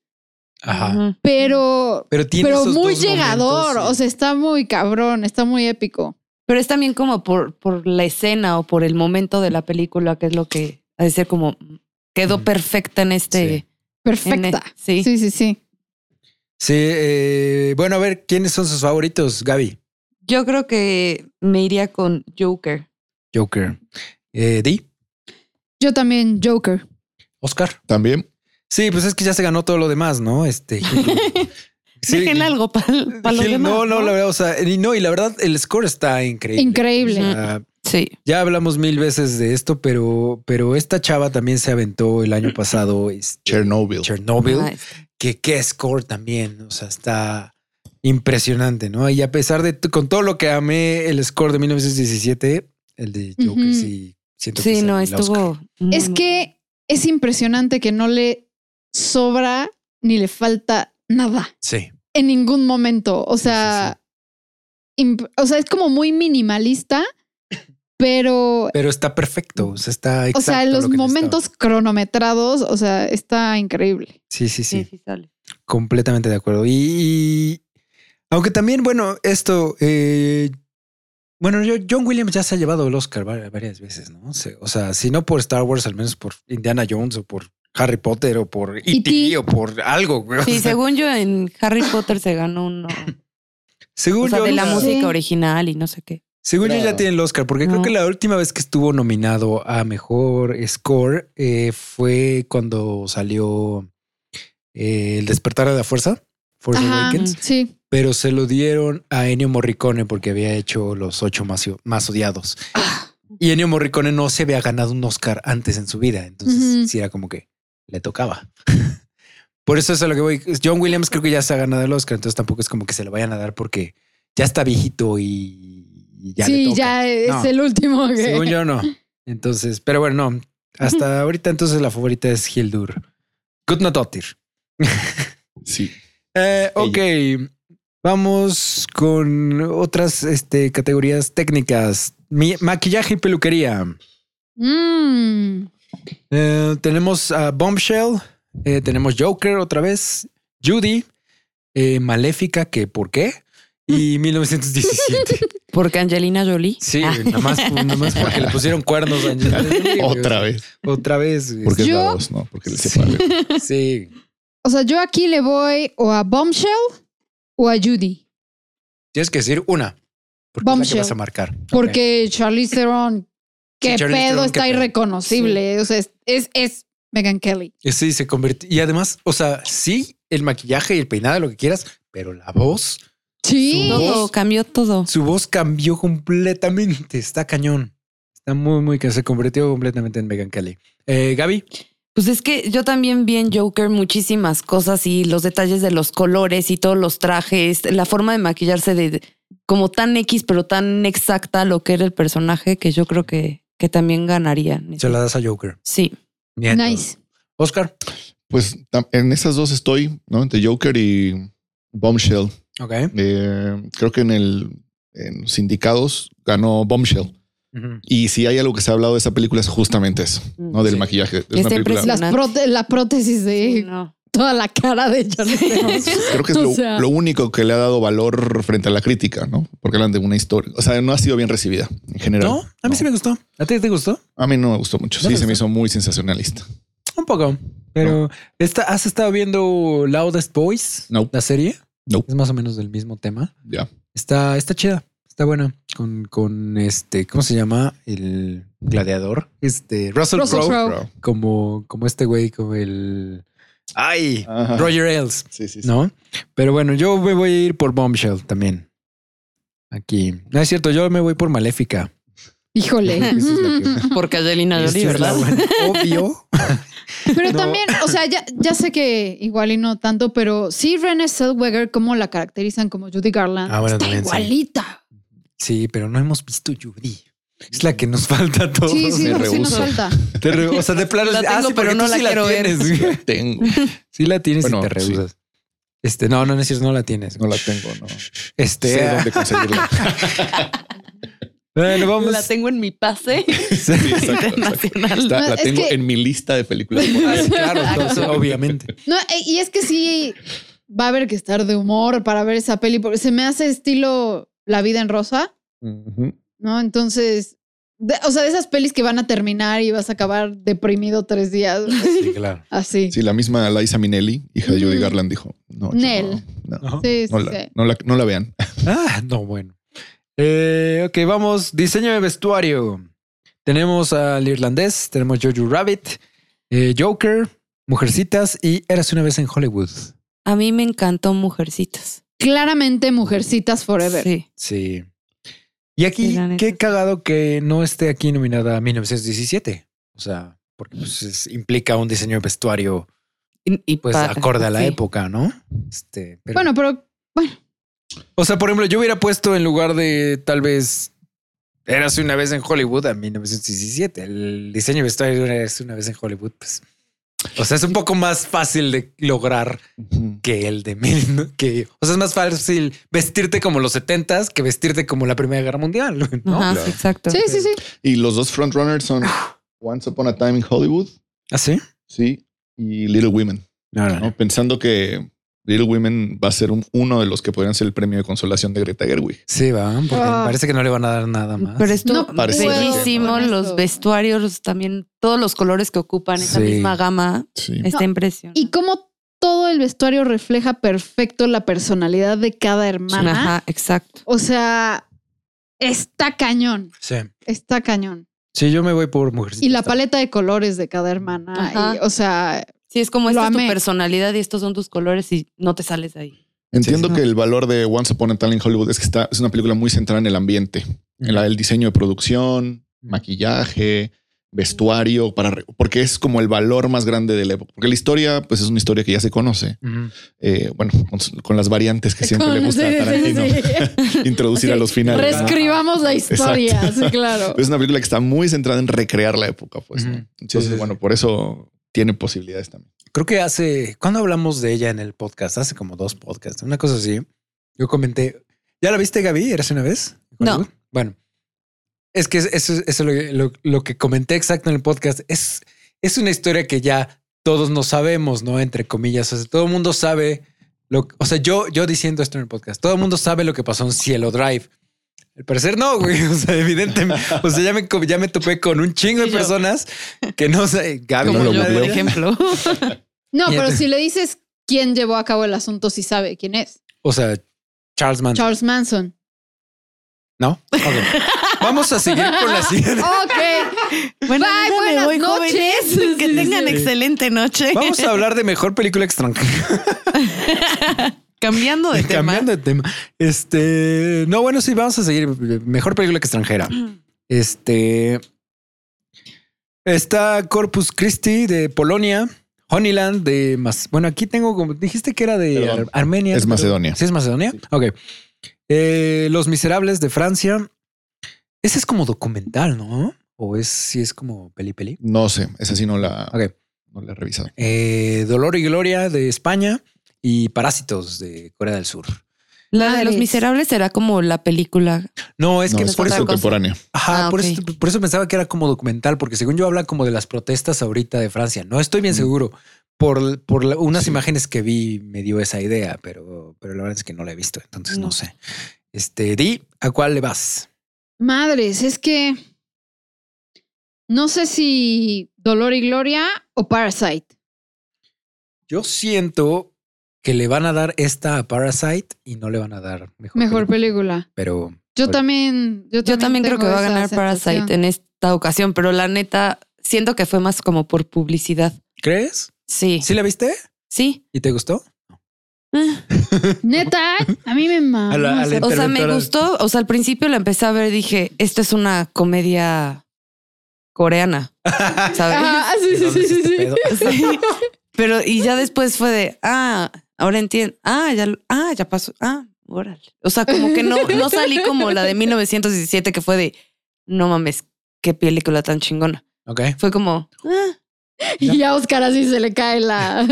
A: Ajá.
D: Ujú.
B: pero,
A: Pero tiene
B: pero
A: esos
B: muy
A: dos
B: llegador,
A: momentos,
B: o sea, está muy cabrón, está muy épico.
D: Pero es también como por, por la escena o por el momento de la película, que es lo que ha de ser como quedó
A: Ujú.
D: perfecta en este. en
B: Perfecta.
D: e- sí.
B: Sí, sí, sí.
A: Sí, eh, bueno, a ver, ¿quiénes son sus favoritos, Gaby?
D: Yo creo que me iría con Joker.
A: Joker. Eh, Di,
B: Yo también, Joker.
A: Oscar.
E: También.
A: Sí, pues es que ya se ganó todo lo demás, ¿no? Este. Sí.
D: Dejen algo para los
A: Sí,
D: demás.
A: no, no, la verdad, o sea, y no, y la verdad, el score está increíble.
B: Increíble.
A: O sea,
D: Sí.
A: Ah, ya hablamos mil veces de esto, pero, pero esta chava también se aventó el año pasado este,
E: Chernobyl.
A: Chernobyl,
D: Ah, es-
A: que qué score también, o sea, está impresionante, ¿no? Y a pesar de t- con todo lo que amé el score de 1917, el de Joker
B: Ujú.
A: sí siento que
D: Sí,
A: es
D: no,
A: el Oscar.
D: estuvo. muy
B: Es
D: bu-
B: que es impresionante que no le sobra ni le falta nada.
A: Sí.
B: en ningún momento. O
A: Sí, sí,
B: sea, imp- o sea, es como muy minimalista, pero,
A: Pero está perfecto, o sea, está
B: o sea,
A: exacto
B: en los
A: lo que
B: momentos cronometrados, o sea, está increíble.
A: necesitaba. Sí, sí, sí.
D: Sí, sí sale.
A: Completamente de acuerdo. Y, y- aunque también, bueno, esto. eh, bueno, yo, John Williams ya se ha llevado el Oscar va- varias veces, ¿no? Se- O sea, si no por Star Wars, al menos por Indiana Jones o por Harry Potter o por E.T.
B: E.T..
A: o por algo, güey. O
D: E Sí,
A: sea,
D: según yo, en Harry Potter se ganó uno.
A: según
D: O sea,
A: yo,
D: de la
A: no-
B: música.
D: música original y no sé qué.
A: según yo ya
E: Claro.
A: tiene el Oscar, porque creo
D: No.
A: que la última vez que estuvo nominado a mejor score eh, fue cuando salió eh, El Despertar de la Fuerza, Force
B: Ajá,
A: Awakens.
B: sí.
A: pero se lo dieron a Ennio Morricone porque había hecho los ocho más, más odiados.
B: Ah.
A: Y Ennio Morricone no se había ganado un Oscar antes en su vida. Entonces,
B: Ujú.
A: sí era como que le tocaba. Por eso es a lo que voy. John Williams creo que ya se ha ganado el Oscar, entonces tampoco es como que se lo vayan a dar porque ya está viejito y, y ya le
B: sí,
A: toca.
B: ya es
A: No.
B: el último que-
A: Según yo, no. Entonces, pero bueno, no. Hasta ahorita entonces la favorita es Hildur. Good
E: Sí.
A: Eh, ok, vamos con otras este, categorías técnicas. Mi- maquillaje y peluquería.
B: Mm,
A: Eh, tenemos a Bombshell, eh, tenemos Joker otra vez, Judy, eh, Maléfica, que ¿por qué? Y 1917.
D: Porque Angelina Jolie.
A: Sí,
D: Ah,
A: nada más, nada más porque le pusieron cuernos a Angelina Jolie, güey.
E: Otra vez.
A: Otra vez. güey.
E: Porque es
B: Yo-
E: la dos, ¿no? Porque le separa.
A: Sí.
B: O sea, yo aquí le voy o a Bombshell o a Judy.
A: Tienes que decir una. Porque es la que
B: Bombshell.
A: vas a marcar.
B: Porque Charlize Theron, qué
A: Charlize
B: pedo,
A: Theron, qué
B: está
A: pedo.
B: irreconocible. O sea, es, es, es Megan Kelly.
A: Y Sí, se convirtió. Este Y además, o sea, sí, el maquillaje y el peinado, lo que quieras, pero la voz,
B: Sí.
A: Su voz.
D: Todo, cambió todo.
A: su voz cambió completamente. Está cañón. Está muy, muy que se convirtió completamente en Megan Kelly. Eh, Gaby,
D: Pues es que yo también vi en Joker muchísimas cosas y los detalles de los colores y todos los trajes, la forma de maquillarse de como tan X, pero tan exacta a lo que era el personaje que yo creo que, que también ganaría.
A: se la das a Joker.
D: Sí.
A: Nieto.
B: Nice.
A: Oscar.
E: Pues tam- en esas dos estoy, ¿no? Entre Joker y Bombshell.
A: Ok.
E: Eh, creo que en el en los sindicados ganó Bombshell.
A: Ujú.
E: Y si hay algo que se ha hablado de esa película es justamente eso,
D: Mm.
E: ¿no? Del
A: Sí.
E: maquillaje. Es
D: Está
E: una película-
D: impresionante.
B: Las prote- la prótesis de
D: No.
B: toda la cara de Charlize Theron.
E: Creo que es
B: O
E: lo,
B: sea.
E: lo único que le ha dado valor frente a la crítica, ¿no? Porque hablan de una historia. O sea, no ha sido bien recibida en general.
A: No, a mí sí me gustó. ¿A ti te gustó?
E: A mí no me gustó mucho.
A: ¿No
E: sí,
A: te
E: se me
A: gustó?
E: hizo muy sensacionalista.
A: Un poco. Pero esta, ¿has estado viendo Loudest Boys?
E: No.
A: La serie.
E: No.
A: Es más o menos del mismo tema.
E: Ya.
A: Está, está chida. Está buena. Con, con este, ¿cómo se llama? El gladiador. Este, Russell,
B: Russell
A: Crowe.
B: Crowe.
E: Bro.
A: Como, como este güey, como el. ¡Ay!
E: Ajá.
A: Roger Ailes,
E: Sí, sí, sí.
A: ¿no? Pero bueno, yo me voy a ir por Bombshell también. Aquí. No es cierto, yo me voy por Maléfica.
B: Híjole.
A: Esa es la que-
D: Porque Angelina
A: Esa
D: Jolie,
A: es la
D: ¿verdad?
A: buena. Obvio.
B: Pero
A: No.
B: también, o sea, ya, ya sé que igual y no tanto, pero sí Renée Zellweger, como la caracterizan como Judy Garland,
A: Ah, bueno,
B: está
A: también, sí.
B: igualita.
A: Sí, pero no hemos visto Judy. Es la que nos falta a todos.
B: Sí, sí,
E: me
B: sí nos
E: rehúso.
B: falta.
A: Te re- o sea, de plano,
D: La
A: ah,
D: tengo,
A: sí,
D: pero
A: porque
D: no
A: tú
D: la
A: sí
D: quiero ver.
A: tienes. güey.
E: Tengo.
A: Sí la tienes y
E: Bueno,
A: te
E: sí.
A: rehusas. Este, no, no, no es cierto, no la tienes.
E: No la tengo, no.
A: Este,
E: Sé dónde conseguirla.
A: bueno, vamos.
D: La tengo en mi pase
E: Sí, exacto, exacto.
D: internacional.
E: Está-
B: No,
E: la
B: es
E: tengo
B: que-
E: en mi lista de películas.
A: Ah, sí, claro, entonces, obviamente.
B: No, e- y es que sí va a haber que estar de humor para ver esa peli, porque se me hace estilo La vida en rosa,
E: Ujú.
B: ¿no? Entonces, de- o sea, de esas pelis que van a terminar y vas a acabar deprimido tres días,
A: Sí, claro.
B: así. Sí,
E: Sí, la misma Liza Minnelli, hija de Judy
B: Mm.
E: Garland, dijo. No, yo
B: Nel.
E: no, no.
A: Ajá.
B: sí,
E: No
B: sí.
E: la, no la- no la vean.
A: Ah, no, bueno. Eh, ok, vamos. Diseño de vestuario. Tenemos al irlandés, tenemos Jojo Rabbit, eh, Joker, Mujercitas y Érase una vez en Hollywood.
D: A mí me encantó Mujercitas.
B: Claramente Mujercitas Forever.
D: Sí.
A: Sí. Y aquí,
D: Sí, la neta,
A: qué
D: sí.
A: cagado que no esté aquí nominada a 1917. O sea, porque pues, es- implica un diseño de vestuario,
D: Y, y
A: pues
D: padre,
A: acorde a la
D: sí.
A: época, ¿no? Este, pero-
B: Bueno, pero
A: O sea, por ejemplo, yo hubiera puesto en lugar de tal vez Érase una vez en Hollywood a 1917. El diseño de vestuario de Érase una vez en Hollywood, pues. O sea, es un poco más fácil de lograr que el de mil, ¿no? que o sea, es más fácil vestirte como los 70s que vestirte como la Primera Guerra Mundial, ¿no?
D: Ajá,
E: Claro.
D: exacto.
B: sí, sí, sí.
E: Y los dos frontrunners son Once Upon a Time in Hollywood,
A: ¿Ah, sí?
E: sí, y Little Women.
A: No, no, no.
E: ¿no? Pensando que Little Women va a ser un- uno de los que podrían ser el premio de consolación de Greta Gerwig.
A: Sí, van, porque
B: Ah.
A: parece que no le van a dar nada más.
D: Pero estuvo
B: No
E: Parece
D: bellísimo,
B: que-
D: los vestuarios también, todos los colores que ocupan, esa
A: Sí.
D: misma gama,
E: Sí.
D: está
B: No,
D: impresionante.
B: Y cómo todo el vestuario refleja perfecto la personalidad de cada hermana.
D: Ajá, exacto.
B: O sea, está cañón,
A: Sí.
B: está cañón.
A: Sí, yo me voy por mujercita.
B: Y la paleta de colores de cada hermana.
D: Ajá.
B: y, o sea,
D: Sí, es como
B: Lo
D: esta es tu
B: amé.
D: personalidad y estos son tus colores y no te sales de ahí.
E: Entiendo
D: Sí, sí.
E: que el valor de Once Upon a Time in Hollywood es que está, es una película muy centrada en el ambiente, en la- el diseño de producción, maquillaje, vestuario, para, re- porque es como el valor más grande de la época. Porque la historia, pues es una historia que ya se conoce.
A: Ujú.
E: Eh, bueno, con, su- con las variantes que siempre
B: con-
E: le gusta
B: sí, sí,
E: a Tarantino
B: sí.
E: introducir a los finales. ¿no?
B: Reescribamos la historia,
E: Exacto.
B: sí, claro.
E: Es una película que está muy centrada en recrear la época, pues. ¿no?
A: Ujú.
E: Entonces,
A: Sí, sí,
E: bueno, por eso tiene posibilidades también.
A: Creo que hace. ¿Cuándo hablamos de ella en el podcast? Hace como dos podcasts, una cosa así. Yo comenté. ¿Ya la viste, Gaby? ¿Eras una vez?
D: No.
A: Bueno, es que eso, eso es lo, lo- lo que comenté exacto en el podcast. Es, es una historia que ya todos nos sabemos, ¿no? Entre comillas. O sea, todo el mundo sabe. Lo, o sea, yo, yo diciendo esto en el podcast, todo el mundo sabe lo que pasó en Cielo Drive. Al parecer no, güey. O sea, evidentemente. O sea, ya me, ya me topé con un chingo de
D: Sí, yo.
A: personas que no sé. Gaby,
E: Como
A: no
E: yo,
A: me
E: por
A: digas.
E: ejemplo.
B: No,
A: Y
B: pero
A: entonces-
B: si le dices quién llevó a cabo el asunto si sabe quién es.
A: O sea, Charles Manson.
B: Charles Manson.
A: ¿No? Ok. Vamos a seguir con la siguiente.
B: Ok.
F: Bueno,
B: Bye,
F: yo ya
B: buenas
F: me voy,
B: noches.
F: jóvenes. Que tengan excelente noche.
A: Vamos a hablar de mejor película extranjera.
F: Cambiando de tema.
A: Cambiando de tema. Este. No, bueno, sí, vamos a seguir. Mejor película que extranjera. Este. Está Corpus Christi de Polonia, Honeyland de Mas. Bueno, aquí tengo como dijiste que era de
E: Perdón.
A: Ar- Armenia.
E: Es Macedonia.
A: ¿Sí es Macedonia? Ok. Eh, Los Miserables de Francia. Ese es como documental, ¿no? O es si es como peli peli.
E: No sé, esa sí no la,
A: Ok.
E: no la he revisado.
A: Eh, Dolor y Gloria de España y Parásitos de Corea del Sur.
D: La de Los
B: Madres.
D: Miserables será como la película.
A: No, es
E: no,
A: que
E: es
D: es por
A: por
D: otra
A: eso
D: cosa.
E: contemporánea.
A: Ajá,
D: Ah,
A: por,
D: ok.
A: eso, por eso pensaba que era como documental, porque según yo habla como de las protestas ahorita de Francia. No estoy bien
E: Mm.
A: seguro. Por, por la- unas
E: Sí.
A: imágenes que vi me dio esa idea, pero, pero la verdad es que no la he visto, entonces no,
D: No.
A: sé. Este, Di, ¿a cuál le vas?
B: Madres, es que no sé si Dolor y Gloria o Parasite.
A: Yo siento que le van a dar esta a Parasite y no le van a dar mejor.
B: Mejor
A: película,
B: película.
A: Pero
B: Yo
A: Oye.
B: también, yo
D: Yo
B: también,
D: también creo
B: tengo
D: que va a
B: esa
D: ganar
B: sensación.
D: Parasite en esta ocasión, pero la neta, siento que fue más como por publicidad.
A: ¿crees?
D: Sí.
A: ¿Sí la viste?
D: Sí.
A: ¿Y te gustó?
D: Eh,
B: Neta, a mí
A: A la-
B: me
A: a
B: mama.
A: la
D: Ah, O sea, me
A: interventora-
D: gustó. O sea, al principio la empecé a ver y dije, esto es una comedia coreana. ¿Sabes?
B: Ajá, Ah, sí,
A: ¿De
B: sí,
A: dónde
B: sí,
A: es
B: sí,
A: este
B: sí.
A: pedo?
D: Sí. Pero, y ya después fue de, ah, ahora entiendo. Ah, ya, lo- ah, ya pasó. Ah, órale. O sea, como que no, no salí como la de 1917, que fue de, no mames, qué película tan chingona.
A: Ok.
D: Fue como, ah,
B: Y a Oscar así se le cae la.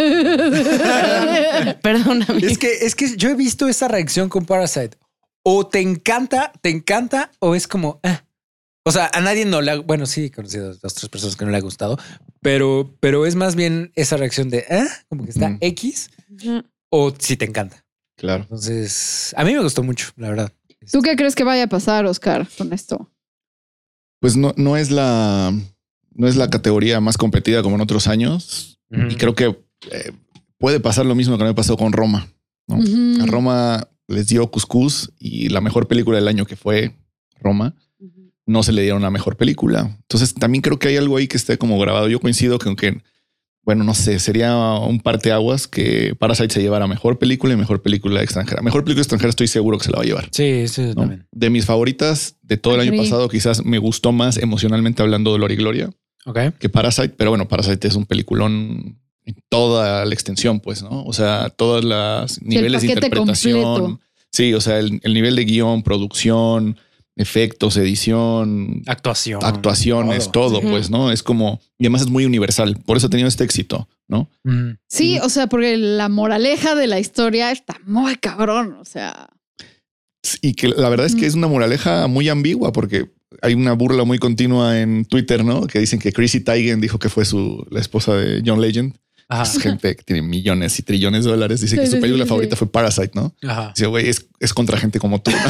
D: perdóname.
A: Es que, es que yo he visto esa reacción con Parasite. O te encanta, te encanta, o es como. ah. O sea, a nadie no le ha. Bueno, sí, he conocido a dos, tres personas que no le ha gustado, pero, pero es más bien esa reacción de ah, como que está
E: Mm.
A: X, o si te encanta.
E: Claro.
A: Entonces, a mí me gustó mucho, la verdad.
B: ¿Tú qué crees que vaya a pasar, Oscar, con esto?
E: Pues no, no es la no es la categoría más competida como en otros años.
A: Mm.
E: Y creo que eh, puede pasar lo mismo que me pasó con Roma. ¿no?
B: Ujú.
E: A Roma les dio Cuscús y la mejor película del año que fue Roma. No se le dieron la mejor película. Entonces también creo que hay algo ahí que esté como grabado. Yo coincido que aunque, bueno, no sé, sería un parteaguas que Parasite se llevara mejor película y mejor película extranjera. Mejor película extranjera estoy seguro que se la va a llevar.
A: Sí, sí,
E: ¿no?
A: también.
E: De mis favoritas de todo el año
B: Agree.
E: pasado, quizás me gustó más emocionalmente hablando Dolor y Gloria
A: Ok.
E: que Parasite, pero bueno, Parasite es un peliculón en toda la extensión, pues, ¿no? O sea, todos los niveles de
B: paquete
E: interpretación.
B: completo.
E: Sí, o sea, el, el nivel de guión, producción, efectos, edición,
A: Actuación.
E: actuaciones, todo,
D: Ujú.
E: pues, ¿no? Es como, y además es muy universal, por eso ha tenido este éxito, ¿no?
A: Mm.
B: Sí, o sea, porque la moraleja de la historia está muy cabrón. O sea,
E: Y que la verdad es que
B: Ujú.
E: es una moraleja muy ambigua porque hay una burla muy continua en Twitter, ¿no? Que dicen que Chrissy Teigen dijo que fue su la esposa de John Legend.
A: Ajá.
E: Ah, Es gente que tiene millones y trillones de dólares. Dice
B: Sí,
E: que
B: sí,
E: su
B: sí,
E: película
B: sí.
E: favorita fue Parasite, ¿no?
A: Ajá.
E: Dice, güey, es, es contra gente como tú.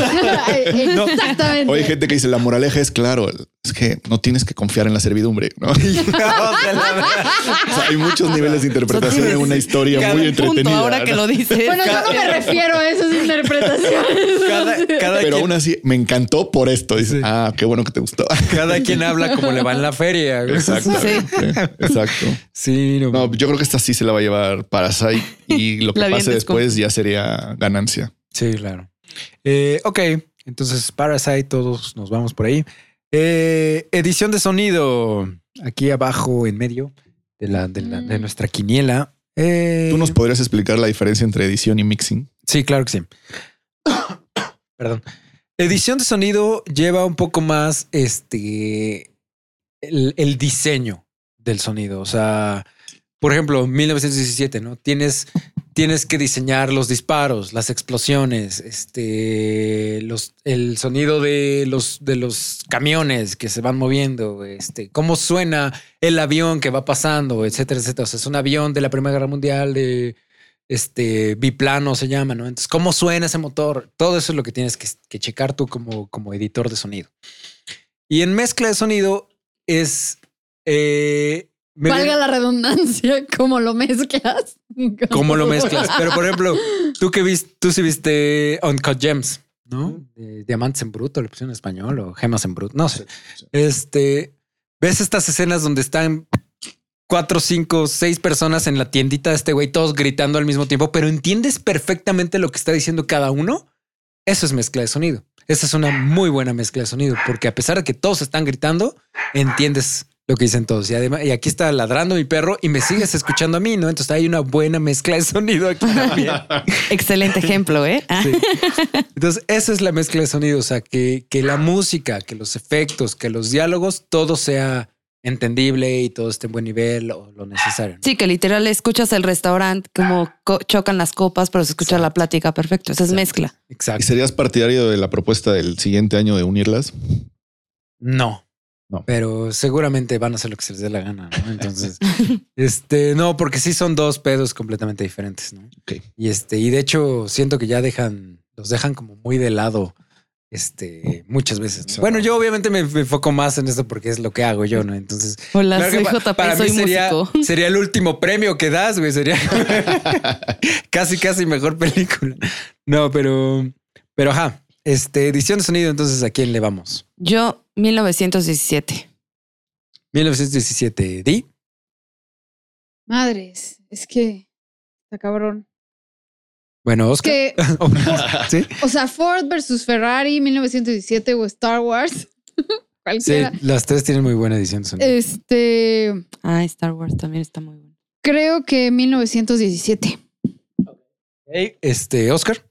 A: No.
B: exactamente.
E: O hay gente que dice, la moraleja es claro, es que no tienes que confiar en la servidumbre, ¿no? O sea, hay muchos niveles de interpretación de una historia
A: Cada
E: muy
A: punto,
E: entretenida.
D: Punto, ahora que
E: ¿no?
D: lo dices.
B: bueno, yo no me refiero a esas interpretaciones.
A: Cada, cada
E: Pero
A: quien,
E: aún así, me encantó por esto. Dice,
A: Sí.
E: ah, qué bueno que te gustó.
A: cada quien habla como le va en la feria. güey.
E: Exacto. Exacto.
A: Sí, no.
E: No, yo creo que esta sí se la va a llevar Parasite y lo que
D: La vi en
E: pase después
D: descuento.
E: ya sería ganancia.
A: Sí, claro. Eh, ok, entonces Parasite, todos nos vamos por ahí. Eh, edición de sonido, aquí abajo en medio de, la, de, la- de
B: Mm.
A: nuestra quiniela. Eh,
E: ¿Tú nos podrías explicar la diferencia entre edición y mixing?
A: Sí, claro que sí. Perdón. Edición de sonido lleva un poco más este el, el diseño del sonido. O sea, por ejemplo, 1917, ¿no? Tienes, tienes que diseñar los disparos, las explosiones, este, los, el sonido de los, de los camiones que se van moviendo, este, cómo suena el avión que va pasando, etcétera, etcétera. O sea, es un avión de la Primera Guerra Mundial de este biplano se llama, ¿no? Entonces, ¿cómo suena ese motor? Todo eso es lo que tienes que, que checar tú como, como editor de sonido. Y en mezcla de sonido es eh, me-
B: Valga la redundancia, como lo mezclas.
A: cómo lo mezclas. Pero por ejemplo, tú que viste, tú sí viste Uncut Gems, ¿no? Eh, Diamantes en bruto, le pusieron en español o gemas en bruto, no sé. Este, ves estas escenas donde están cuatro, cinco, seis personas en la tiendita de este güey, todos gritando al mismo tiempo, pero entiendes perfectamente lo que está diciendo cada uno. Eso es mezcla de sonido. Esa es una muy buena mezcla de sonido, porque a pesar de que todos están gritando, entiendes lo que dicen todos. Y además, y aquí está ladrando mi perro y me sigues escuchando a mí, ¿no? Entonces hay una buena mezcla de sonido aquí también.
D: Excelente ejemplo, ¿eh? Ah,
A: Sí. Entonces, esa es la mezcla de sonidos, o sea, que, que la música, que los efectos, que los diálogos, todo sea entendible y todo esté en buen nivel o lo necesario. ¿no?
D: Sí, que literal escuchas el restaurante, como co- chocan las copas, pero se escucha la plática perfecto. Esa es mezcla.
E: ¿Y
A: Exacto.
E: serías partidario de la propuesta del siguiente año de unirlas?
A: No.
E: No.
A: Pero seguramente van a hacer lo que se les dé la gana, ¿no? Entonces, este, no, porque sí son dos pedos completamente diferentes, ¿no?
E: Ok.
A: Y este, y de hecho, siento que ya dejan, los dejan como muy de lado, este, muchas veces. ¿no?
E: Sí.
A: Bueno, yo obviamente me, me enfoco más en esto porque es lo que hago yo, ¿no? Entonces,
D: Hola,
A: Claro que
D: soy
A: pa-
D: JP, soy
A: sería,
D: músico.
A: sería el último premio que das, güey. Sería casi, casi mejor película. No, pero, pero ajá. Este, edición de sonido, entonces, ¿a quién le vamos?
D: Yo, 1917.
A: 1917, Di.
B: Madres, es que está cabrón.
A: Bueno,
B: Es
A: Oscar.
B: que,
A: sí,
B: o sea, Ford versus Ferrari 1917 o Star Wars.
A: sí,
B: cualquiera.
A: las tres tienen muy buena edición de sonido.
B: Eh. Este,
D: Ah, Star Wars también está muy bueno.
B: creo que 1917.
A: Ok, Este, Oscar.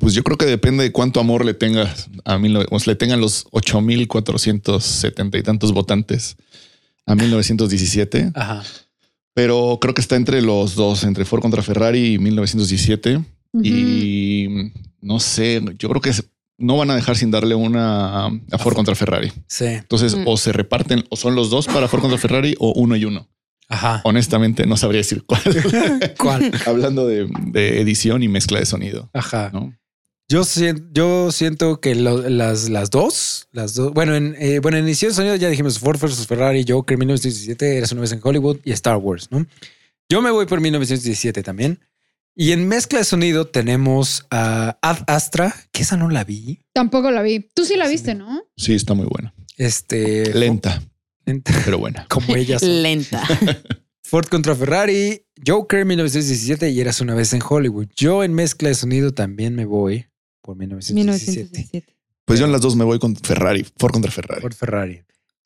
E: Pues yo creo que depende de cuánto amor le tengas a 19 o sea, le tengan los 8470 y tantos votantes a 1917,
A: Ajá.
E: pero creo que está entre los dos, entre Ford contra Ferrari y 1917 y no sé, yo creo que es- no van a dejar sin darle una a Ford contra Ferrari.
A: Sí.
E: Entonces,
D: Mm.
E: o se reparten o son los dos para Ford contra Ferrari o uno y uno.
A: Ajá.
E: Oh. Honestamente, no sabría decir cuál.
A: ¿Cuál?
E: Hablando de, de edición y mezcla de sonido,
A: Ajá.
E: ¿no?
A: Yo siento, yo siento que lo- las, las dos, las dos, bueno, en, eh, bueno, en edición de sonido ya dijimos Ford versus Ferrari, Joker 1917, Eras una vez en Hollywood y Star Wars, ¿no? Yo me voy por 1917 también. Y en mezcla de sonido tenemos a Ad Astra, que esa no la vi.
B: Tampoco la vi. Tú sí la
A: Sí.
B: viste, ¿no?
E: Sí, está muy buena.
A: Este.
E: Lenta,
A: lenta,
E: pero buena.
A: Como ellas.
D: Lenta.
A: Ford contra Ferrari, Joker 1917 y Eras una vez en Hollywood. Yo en mezcla de sonido también me voy por 1917.
D: 1917.
E: Pues yo en las dos me voy con Ferrari, Ford contra Ferrari.
A: Ford Ferrari.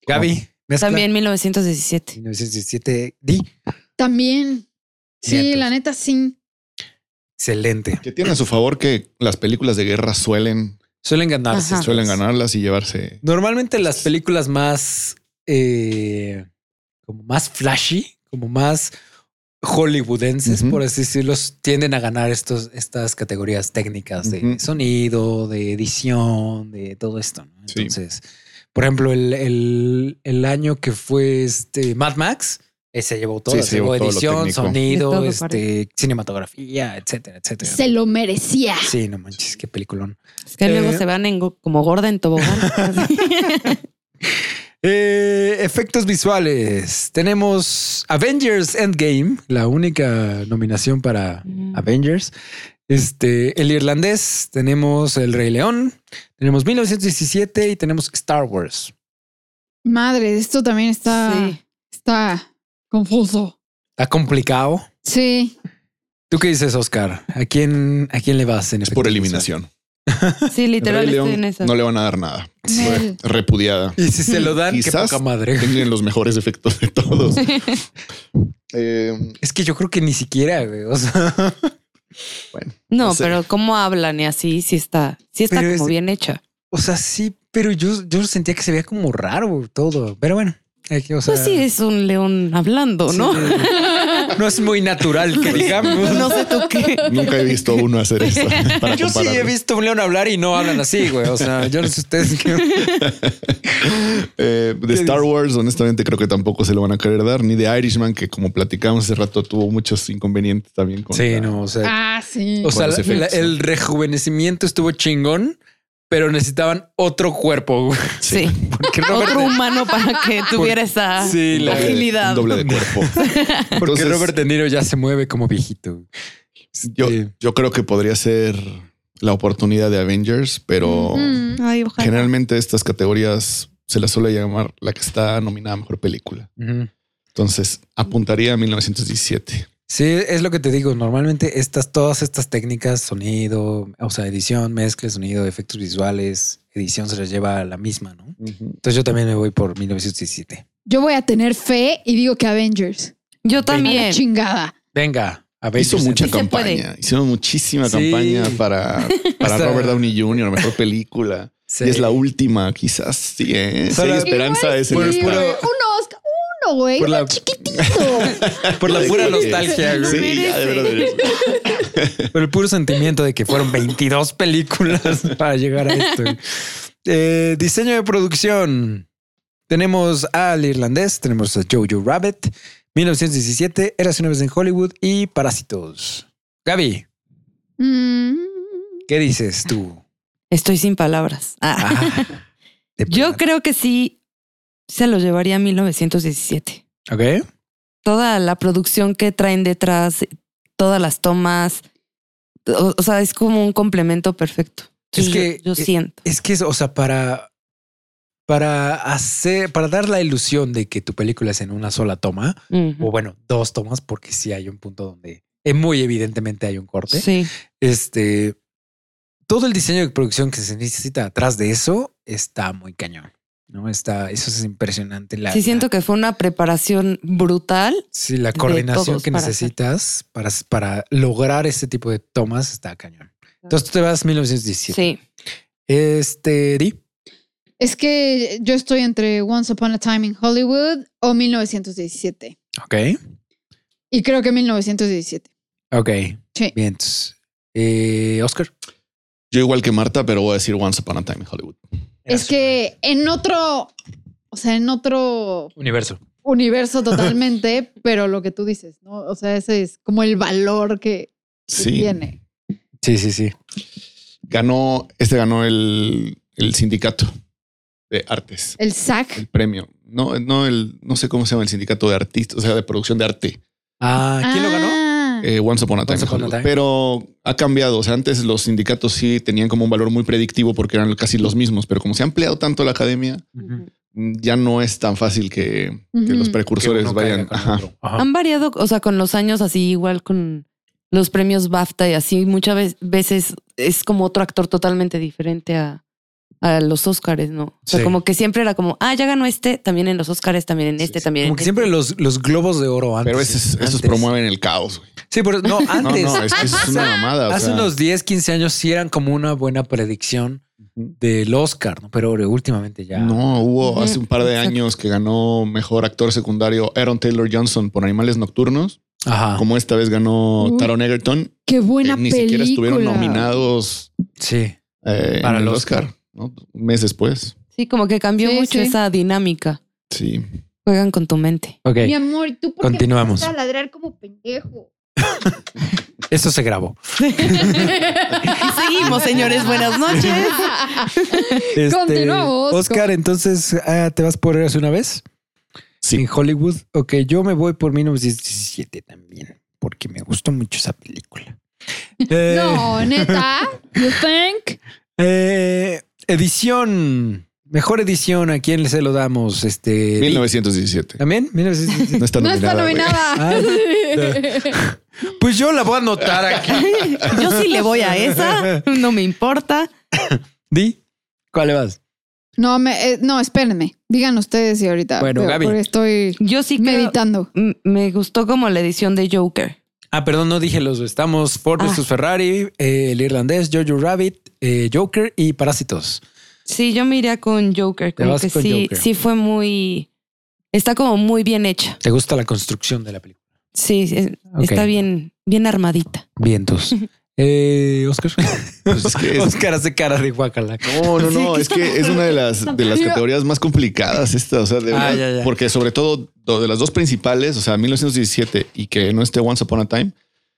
A: Gaby, mezcla.
D: También 1917.
A: 1917 Di.
B: También. Sí,
A: Vientos.
B: la neta, sí.
A: Excelente.
E: Que tiene a su favor que las películas de guerra suelen,
A: Suelen ganarse.
D: Ajá.
E: suelen ganarlas y llevarse.
A: Normalmente las películas más eh, como más flashy, como más hollywoodenses,
E: Ujú.
A: por así decirlo, tienden a ganar estos, estas categorías técnicas de
E: Ujú.
A: sonido, de edición, de todo esto. ¿no?
E: Sí.
A: Entonces, por ejemplo, el, el- el año que fue este Mad Max, eh, se llevó todo,
E: Sí,
A: se,
E: se
A: llevó
E: llevó todo lo
A: edición,
E: técnico.
A: sonido,
D: De todo,
A: este, cinematografía, etcétera, etcétera.
B: Se lo merecía.
A: Sí, no manches, qué peliculón.
D: Es que luego
A: Eh.
D: se van en go- como gorda en tobogán.
A: Eh, efectos visuales. Tenemos Avengers Endgame, la única nominación para
D: Mm.
A: Avengers. Este, el irlandés, tenemos El Rey León, tenemos 1917 y tenemos Star Wars.
B: Madre, esto también está,
D: Sí.
B: está confuso.
A: Está complicado.
B: Sí.
A: ¿Tú qué dices, Oscar? ¿A quién, a quién le vas en
E: Es por
A: efectos
E: eliminación.
D: Sí, literal
E: Rey
D: estoy
E: León
D: en esa.
E: no le van a dar nada.
B: Nel.
E: Fue Repudiada.
A: visuales? Y si se lo dan, qué
E: Quizás
A: poca madre.
E: Tienen los mejores efectos de todos. Eh,
A: Es que yo creo que ni siquiera, güey. O sea,
D: No,
E: No sé.
D: pero cómo hablan y así, sí está, sí está
A: Pero
D: como
A: es-
D: bien hecha.
A: o sea, sí, pero yo, yo sentía que se veía como raro todo. Pero bueno, aquí, o sea,
D: pues sí, es un león hablando,
A: Sí,
D: ¿no?
A: No es muy natural que digamos.
D: No sé tú qué.
E: nunca he visto a uno hacer eso. para
A: yo sí he
E: compararlo.
A: visto un león hablar y no hablan así, güey. O sea, yo no sé ustedes qué.
E: Eh, de Star Wars, honestamente, creo que tampoco se lo van a querer dar, ni de Irishman, que como platicamos hace rato, tuvo muchos inconvenientes también con
A: Sí,
E: la-
A: no, o sea.
B: Ah, sí.
A: O sea,
E: Con los
A: la- la-
E: efectos,
A: el rejuvenecimiento estuvo chingón, pero necesitaban otro cuerpo. güey.
D: Sí.
A: Porque Robert,
F: Otro humano para que tuviera esa
A: Sí,
D: Ah,
A: la-
F: agilidad.
E: Un doble de cuerpo.
A: porque
E: Entonces-
A: Robert De Niro ya se mueve como viejito.
E: Yo,
A: Sí.
E: yo creo que podría ser la oportunidad de Avengers, pero
B: Mm.
F: Ay, ojalá.
E: generalmente estas categorías se las suele llamar la que está nominada a mejor película.
A: Ujú.
E: Entonces apuntaría a 1917.
A: Sí, es lo que te digo. Normalmente estas, todas estas técnicas, sonido, o sea, edición, mezcla, sonido, efectos visuales, edición se las lleva a la misma, ¿no? Entonces yo también me voy por 1917.
B: Yo voy a tener fe y digo que Avengers.
D: Yo
B: A la
D: también.
B: chingada.
A: Venga, a ver.
E: Hizo mucha
D: Sí se
E: campaña, hicieron muchísima
A: Sí.
E: campaña para, para
A: Hasta-
E: Robert Downey Jr., mejor película. Y es la última, quizás sí, ¿eh? Si hay
A: Solo-
E: esperanza es en
A: Por-
E: esta.
A: puro-
B: Uno, Oscar, uno, güey.
A: Por
B: uno
A: la-
B: chiquitito.
A: Por la pura
E: Sí,
A: nostalgia, güey.
E: Sí, ya de verdad.
A: Por el puro sentimiento de que fueron 22 películas para llegar a esto. Eh, diseño de producción. Tenemos al irlandés, tenemos a Jojo Rabbit, 1917, Eras una vez en Hollywood y Parásitos. Gaby,
B: Mm.
A: ¿qué dices tú?
D: Estoy sin palabras. Ah.
A: Ah, de
D: Yo
A: plano.
D: creo que sí se los llevaría a 1917.
A: Ok.
D: Toda la producción que traen detrás, todas las tomas, o, o sea, es como un complemento perfecto.
A: Es
D: Entonces,
A: que-
D: yo, yo
A: eh,
D: siento.
A: Es que es, o sea, para, para hacer, para dar la ilusión de que tu película es en una sola toma,
D: Ujú.
A: o bueno, dos tomas, porque sí hay un punto donde eh, muy evidentemente hay un corte.
D: Sí.
A: Este, todo el diseño de producción que se necesita atrás de eso está muy cañón. No está, eso es impresionante. La,
D: Sí, siento que fue una preparación brutal.
A: Sí, la
D: de
A: coordinación
D: todos
A: que
D: para hacer.
A: necesitas para, para lograr este tipo de tomas está cañón. Entonces tú te vas 1917.
D: Sí.
A: Este, Di.
B: Es que yo estoy entre Once Upon a Time in Hollywood o 1917.
A: Ok.
B: Y creo que 1917.
A: Ok.
B: Sí.
A: Bien. entonces, eh, Oscar.
E: Yo igual que Marta, pero voy a decir Once Upon a Time in Hollywood.
B: Es que en otro, o sea, en otro
A: Universo.
B: universo totalmente, pero lo que tú dices, ¿no? O sea, ese es como el valor que, que
E: Sí.
B: tiene.
A: Sí, sí, sí.
E: Ganó, este ganó el, el sindicato de artes,
B: El SAC.
E: el premio. No, no, el, no sé cómo se llama el sindicato de artistas, o sea, de producción de arte.
A: Ah, ¿quién lo ganó?
B: Ah,
E: Eh, Once Upon a Time.
A: Once
E: in
A: Upon a
E: Hollywood.
A: Time.
E: Pero ha cambiado. O sea, antes los sindicatos sí tenían como un valor muy predictivo porque eran casi los mismos, pero como se ha ampliado tanto la academia,
A: Ujú.
E: mm, ya no es tan fácil que, que
B: Ujú.
E: los
A: Que
E: precursores
A: uno
E: vayan.
A: caiga con
E: Ajá.
A: otro. Ajá.
D: Han variado, o sea, con los años, así igual con los premios BAFTA y así, muchas ve- veces es como otro actor totalmente diferente a, a los Óscares, ¿no? O sea,
A: Sí.
D: como que siempre era como, ah, ya ganó este, también en los Óscares, también en
A: Sí,
D: este,
A: sí.
D: también
A: Como
D: en
A: que
D: este.
A: siempre los, los globos de oro antes.
E: Pero esos, esos
A: antes.
E: promueven el caos. güey.
A: Sí, pero no, antes.
E: No, no, es que eso es una mamada. o
A: Hace
E: sea.
A: unos 10, 15 años sí eran como una buena predicción del Oscar, ¿no? Pero últimamente ya.
E: No, hubo
D: Ujú,
E: hace un par de
D: exacto.
E: años que ganó mejor actor secundario Aaron Taylor Johnson por Animales Nocturnos,
A: Ajá.
E: como esta vez ganó
B: Uy,
E: Taron Egerton,
B: Qué
E: que
B: buena
E: Eh, ni
B: película.
E: siquiera estuvieron nominados
A: Sí.
E: eh,
A: Para el
E: en el Oscar, ¿no? un mes después.
D: Sí, como que cambió
B: Sí,
D: mucho
B: sí.
D: esa dinámica.
E: Sí,
A: Eh,
D: Juegan con tu mente.
A: Ok.
B: Mi amor, ¿y ¿tú por
A: Continuamos.
B: qué me vas a ladrar como pendejo?
A: Esto se grabó.
F: Y seguimos, señores. Buenas noches.
A: Este,
B: Continuamos
A: Oscar, entonces ah, te vas por Eras una vez
E: sí.
A: en Hollywood. Ok, yo me voy por 1917 también, porque me gustó mucho esa película. Eh,
B: No, neta. You think?
A: eh, edición. Mejor edición, ¿a quién se lo damos? Este.
E: 1917.
A: ¿También? 1917.
E: No está
B: No está
E: nominada. güey.
B: nominada.
A: Ah, Pues yo la voy a anotar aquí.
F: Yo sí le voy a esa. No me importa.
A: Di, ¿cuál le vas?
B: No, me, eh, no, espérenme. Digan ustedes y ahorita.
A: Bueno,
B: pero-
A: Gaby.
B: Porque estoy
D: Yo sí creo-
B: meditando.
D: m- Mm, me gustó como la edición de Joker.
A: Ah, perdón, no dije los. Estamos Ford
D: Ah.
A: versus Ferrari, eh, el irlandés, Jojo Rabbit, eh, Joker y Parásitos.
D: Sí, yo me iría con Joker.
A: Te
D: Como
A: vas
D: que
A: con
D: sí,
A: Joker.
D: sí fue muy. Está como muy bien hecha.
A: ¿Te gusta la construcción de la película?
D: Sí, es-
A: Ok.
D: está bien, bien armadita.
A: Vientos. Eh, Oscar.
E: Pues es que es-
A: Oscar hace cara de guacala.
E: No, no, no. Es que es una de las, de las categorías más complicadas esta. O sea, de
A: Ah,
E: verdad,
A: ya, ya.
E: porque sobre todo do- de las dos principales, o sea, 1917 y que no esté Once Upon a Time,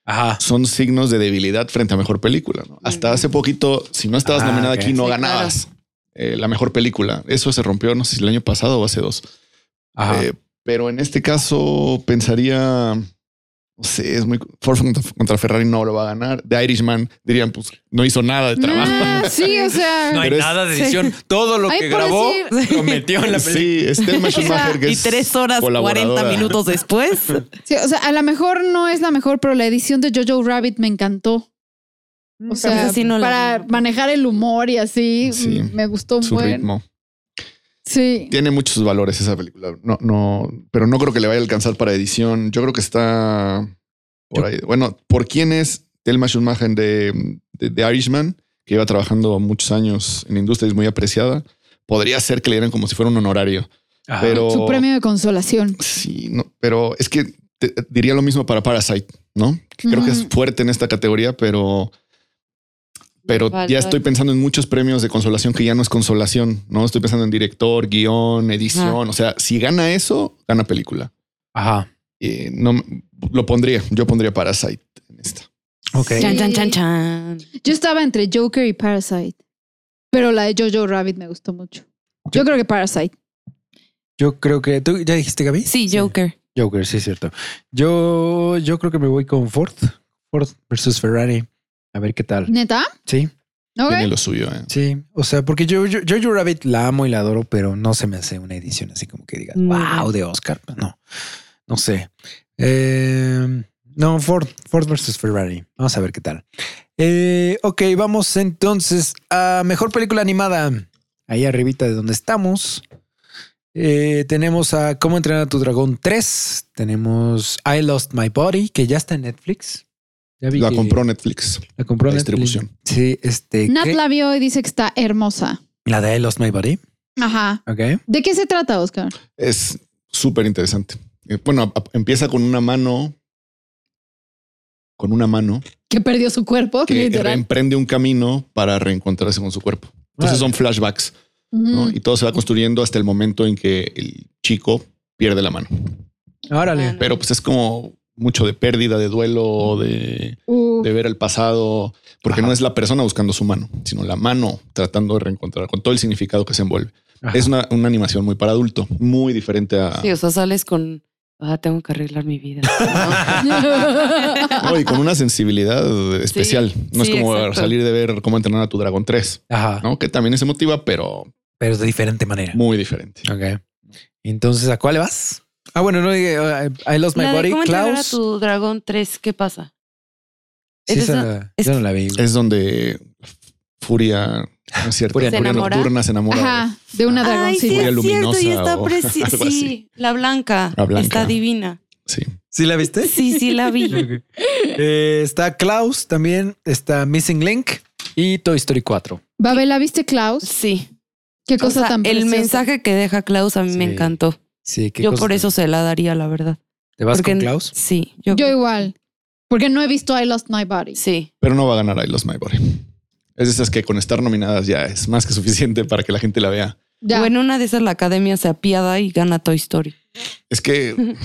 A: Ajá.
E: son signos de debilidad frente a mejor película. ¿no? Hasta hace poquito, si no estabas
A: Ah,
E: nominada
A: ok.
E: aquí, no
D: Sí,
E: ganabas eh, la mejor película. Eso se rompió, no sé si el año pasado o hace dos.
A: Ajá.
E: Eh, pero en este caso pensaría, no sé, es muy Ford contra, contra Ferrari no lo va a ganar. De Irishman dirían, pues no hizo nada de trabajo.
B: Ah, sí, o sea.
A: no hay
E: pero es-
A: nada de edición. Todo lo
B: Ay,
A: que
B: por
A: grabó
B: decir-
A: lo metió en la película.
E: Sí, Stelma Schumacher, que
F: Y
E: es
F: tres horas
E: colaboradora.
F: 40 minutos después.
B: Sí, o sea, a lo mejor no es la mejor, pero la edición de Jojo Rabbit me encantó. O sea,
F: esa sí no la
B: para
F: vi.
B: manejar el humor y así,
E: Sí,
B: mm, me gustó un
E: Su
B: buen.
E: ritmo.
B: Sí.
E: Tiene muchos valores esa película. No, no, pero no creo que le vaya a alcanzar para edición. Yo creo que está por ahí. Bueno, ¿por quién es Thelma Schumacher de, de, de Irishman? Que lleva trabajando muchos años en la industria, es muy apreciada. Podría ser que le dieran como si fuera un honorario,
A: Ajá.
E: pero
B: Su premio de consolación.
E: sí, no, pero es que te- diría lo mismo para Parasite, ¿no? Que Creo que es
B: Ujú.
E: fuerte en esta categoría, pero pero
D: Vale,
E: ya estoy
D: vale.
E: pensando en muchos premios de consolación que ya no es consolación, ¿no? Estoy pensando en director, guión, edición. O sea, si gana eso, gana película.
A: Ajá.
E: Eh, no, lo pondría, yo pondría Parasite en esta.
A: Ok.
D: Chan, chan, chan, chan.
B: Yo estaba entre Joker y Parasite, pero la de Jojo Rabbit me gustó mucho. Yo creo que Parasite.
A: Yo creo que. ¿Tú ya dijiste, Gaby?
F: Sí, Joker.
A: Joker, sí, es cierto. Yo, yo creo que me voy con Ford. Ford versus Ferrari. A ver qué tal.
B: ¿Neta?
A: Sí,
B: Ok.
E: Tiene lo suyo. eh.
A: sí. O sea, porque yo, yo, Jojo Rabbit la amo y la adoro, pero no se me hace una edición así como que diga,
F: Mm.
A: wow, de Oscar. No, no sé. Eh, no, Ford, Ford versus Ferrari. Vamos a ver qué tal. Eh, ok, vamos entonces a mejor película animada. Ahí arribita de donde estamos. Eh, tenemos a Cómo entrenar a tu dragón 3. Tenemos I Lost My Body, que ya está en Netflix. Ya vi
E: La
A: que-
E: compró Netflix.
A: La compró
E: la
A: Netflix.
E: distribución.
A: Sí, este.
B: Nat
A: ¿qué?
B: la vio y dice que está hermosa.
A: La de I Lost My Body.
B: Ajá.
A: Ok.
B: ¿De qué se trata, Oscar?
E: Es súper interesante. Eh, Bueno, a- empieza con una mano, con una mano
B: Que perdió su cuerpo,
E: que
B: literal.
E: emprende un camino para reencontrarse con su cuerpo. Entonces son flashbacks. ¿no?
B: Ujú.
E: Y todo se va construyendo hasta el momento en que el chico pierde la mano.
A: Órale.
E: Pero pues es como mucho de pérdida, de duelo, de,
B: Uf.
E: de ver el pasado, porque
A: Ajá.
E: no es la persona buscando su mano, sino la mano tratando de reencontrar con todo el significado que se envuelve.
A: Ajá.
E: Es una, una animación muy para adulto, muy diferente a...
D: Sí, o sea, sales con. Ah, tengo que arreglar mi vida.
E: No, y con una sensibilidad especial. no
D: sí,
E: es como
D: exacto.
E: salir de ver cómo entrenar a tu dragón 3,
A: Ajá.
E: ¿no? que también es emotiva, pero
A: Pero de diferente manera.
E: muy diferente.
A: Ok. Entonces, ¿a cuál vas? Ah, bueno, no dije uh, I Lost My
D: La de
A: Body,
D: ¿Cómo entrenar
A: Klaus.
D: a tu dragón 3? ¿Qué pasa?
A: Sí,
D: Esa-
A: esa- yo no la vi. güey.
E: Es donde Furia, no es cierto,
A: Furia
E: Furia
D: nocturna.
E: Nocturna se enamora. de-
B: Ajá, de una dragoncita.
E: Furia
D: y
E: luminosa
D: está
E: o
D: preciosa.
E: algo así.
D: Sí, la blanca,
E: La blanca.
D: Está divina.
E: Sí.
A: ¿Sí la viste?
D: Sí, sí, la vi.
A: Ok. Eh, está Klaus también, está Missing Link y Toy Story 4.
B: Babela, ¿viste Klaus?
D: Sí.
B: Qué cosa
D: O sea,
B: tan
D: el
B: preciosa.
D: mensaje que deja Klaus a mí me
A: Sí.
D: encantó.
A: Sí, qué
D: Yo
A: cosa
D: por
A: tan-
D: eso se la daría, la verdad.
A: ¿Te vas
D: porque-
A: con Klaus?
D: Sí, yo,
B: Yo igual. Porque no he visto I Lost My Body.
D: sí.
E: Pero no va a ganar I Lost My Body. Es de esas que con estar nominadas ya es más que suficiente para que la gente la vea.
B: Ya.
D: O en una de esas la academia se apiada y gana Toy Story.
E: Es que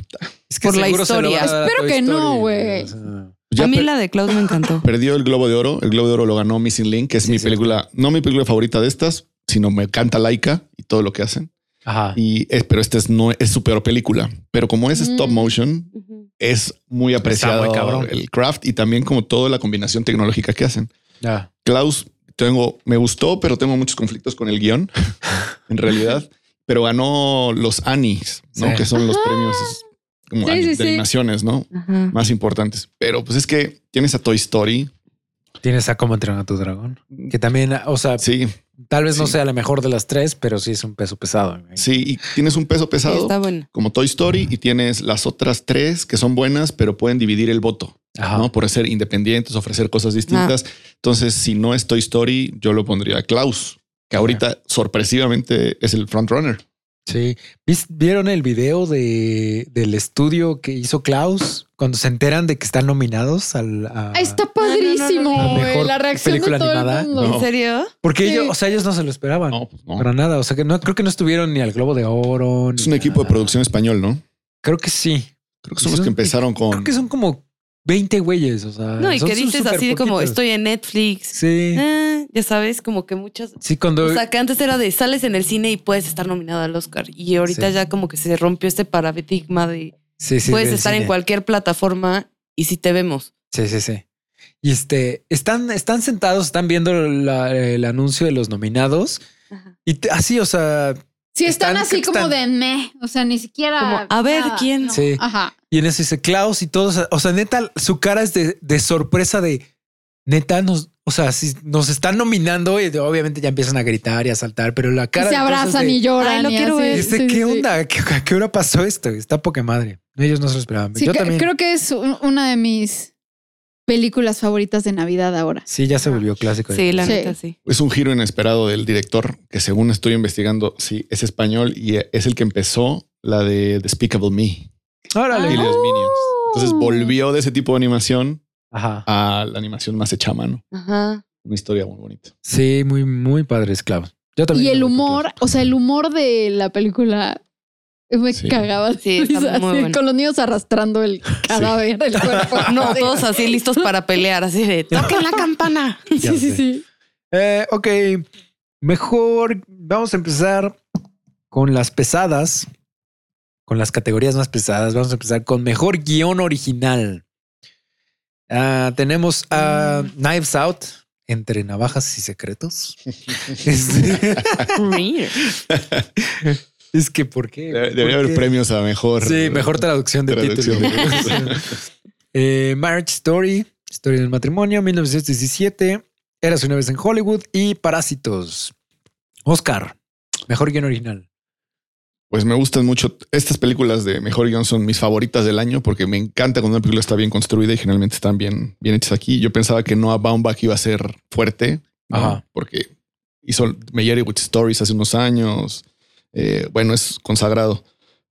A: Es
D: por la
A: seguro se lo
D: historia.
A: va a dar a
B: Espero
A: Toy
B: que no,
A: Story,
B: güey.
A: o sea,
E: ya
D: a mí
E: per-
D: la de Klaus me encantó.
E: perdió el Globo de Oro. El Globo de Oro lo ganó Missing Link, que es
A: Sí,
E: mi
A: sí.
E: película, no mi película favorita de estas, sino me encanta Laika y todo lo que hacen.
A: Ajá.
E: Y es, pero esta es, no, es su peor película. Pero como es stop
B: Mm.
E: motion,
D: Ujú.
E: es muy apreciado
A: muy cabrón.
E: el craft y también como toda la combinación tecnológica que hacen.
A: Ya.
E: Klaus, tengo, me gustó, pero tengo muchos conflictos con el guión, en realidad. Pero ganó los Anis, ¿no?
A: Sí.
E: Que son los premios como
B: Sí,
E: Annie
B: sí,
E: de
B: sí.
E: animaciones, ¿no?
D: Ajá.
E: Más importantes. Pero pues es que tienes a Toy Story.
A: Tienes a cómo entrenar a tu dragón. Que también, o sea,
E: Sí,
A: tal vez no
E: sí.
A: sea la mejor de las tres, pero sí es un peso pesado. güey.
E: sí. Y tienes un peso
D: Sí,
E: pesado
D: está buena.
E: como Toy Story y tienes las otras tres que son buenas, pero pueden dividir el voto,
A: Ajá.
E: ¿no? Por ser independientes, ofrecer cosas distintas. Entonces, si no es Toy Story, yo lo pondría a Klaus, que ahorita sorpresivamente es el frontrunner.
A: Sí. ¿Vis- ¿Vieron el video de, del estudio que hizo Klaus cuando se enteran de que están nominados al a-
B: Ah, está
D: No,
B: padrísimo,
D: no, no, no.
A: La
B: güey.
A: mejor
B: La reacción de
A: película
B: todo
A: animada,
B: el mundo.
E: no.
D: ¿En serio?
A: Porque
B: sí.
A: ellos, o sea, ellos no se lo esperaban.
E: No, pues no.
A: Para nada. O sea que no, creo que no estuvieron ni al Globo de Oro. ni
E: Es un equipo de
A: nada.
E: producción español, ¿no?
A: Creo que sí.
E: Creo que son los
A: Sí,
E: que empezaron con.
A: Creo que son como 20 güeyes, o sea.
D: No, y
A: Ah, son
D: que dices
A: súper
D: así de como
A: poquitos.
D: estoy en Netflix.
A: Sí.
D: Ah, ya sabes, como que muchas.
A: Sí, cuando.
D: O sea, que antes era de sales en el cine y puedes estar nominado al Oscar. Y ahorita
A: Sí.
D: ya como que se rompió este paradigma de
A: sí, sí,
D: puedes
A: del
D: estar en
A: cine.
D: cualquier plataforma y si te vemos.
A: Sí, sí, sí. Y este, están, están sentados, están viendo la- el anuncio de los nominados. Y te- así, o sea,
B: Si están,
A: Están-
B: así como
A: están-
B: de meh, o sea, ni siquiera.
D: Como, a ver, ¿quién?
B: no.
A: Sí.
B: Ajá.
A: y en eso dice Klaus y todos. O sea, neta, su cara es de, de sorpresa de neta, nos, o sea, si nos están nominando, y obviamente ya empiezan a gritar y a saltar, pero la cara.
B: Y se
A: de todos es
B: abrazan
A: de-
B: y lloran.
D: "Ay, lo
B: y
D: quiero
B: así.
A: Y
D: ver".
A: es de,
B: Sí,
A: ¿qué
B: sí, sí.
A: onda? ¿Qué- ¿A qué hora pasó esto? Está poca madre. Ellos no se lo esperaban.
B: Sí,
A: Yo
B: que-
A: también.
B: creo que es un- una de mis películas favoritas de Navidad ahora.
A: Sí, ya se volvió clásico.
D: Sí, la
B: Sí.
D: neta, sí.
E: Es un giro inesperado del director que según estoy investigando, sí, es español y es el que empezó la de Despicable Me
A: Órale.
E: y los Minions. Entonces volvió de ese tipo de animación
A: Ajá.
B: Ah.
E: a la animación más hecha a mano.
D: Ajá.
E: Una historia muy bonita.
A: Sí, muy, muy padre, esclavo. Yo también.
B: Y el
A: lo veo con
B: humor,
A: Klaus.
B: o sea, el humor de la película me
E: Sí.
B: cagaba. de
D: Sí, está
B: risa,
D: muy
B: así,
D: bueno.
B: Con los niños arrastrando el cadáver del cuerpo.
D: No, todos así listos para pelear, así de toquen la campana.
A: Ya
B: Sí, sí,
A: sé.
B: sí.
A: Eh, ok. Mejor vamos a empezar con las pesadas, con las categorías más pesadas. Vamos a empezar con mejor guión original. Ah, tenemos a Knives Out, entre navajas y secretos. Este, es que, ¿por qué?
E: Debe- Debería
A: ¿Por
E: haber
A: qué?
E: premios a mejor. eh,
A: Sí, mejor traducción de
E: Traducción
A: título. Eh, Marriage Story, Historia del Matrimonio, 1917, Eras una vez en Hollywood y Parásitos. Oscar, mejor guión original.
E: Pues me gustan mucho. Estas películas de Mejor Guión son mis favoritas del año porque me encanta cuando una película está bien construida y generalmente están bien, bien hechas aquí. Yo pensaba que Noah Baumbach iba a ser fuerte ¿no?
A: Ajá.
E: porque hizo Meyer with Stories hace unos años. Eh, bueno, es consagrado,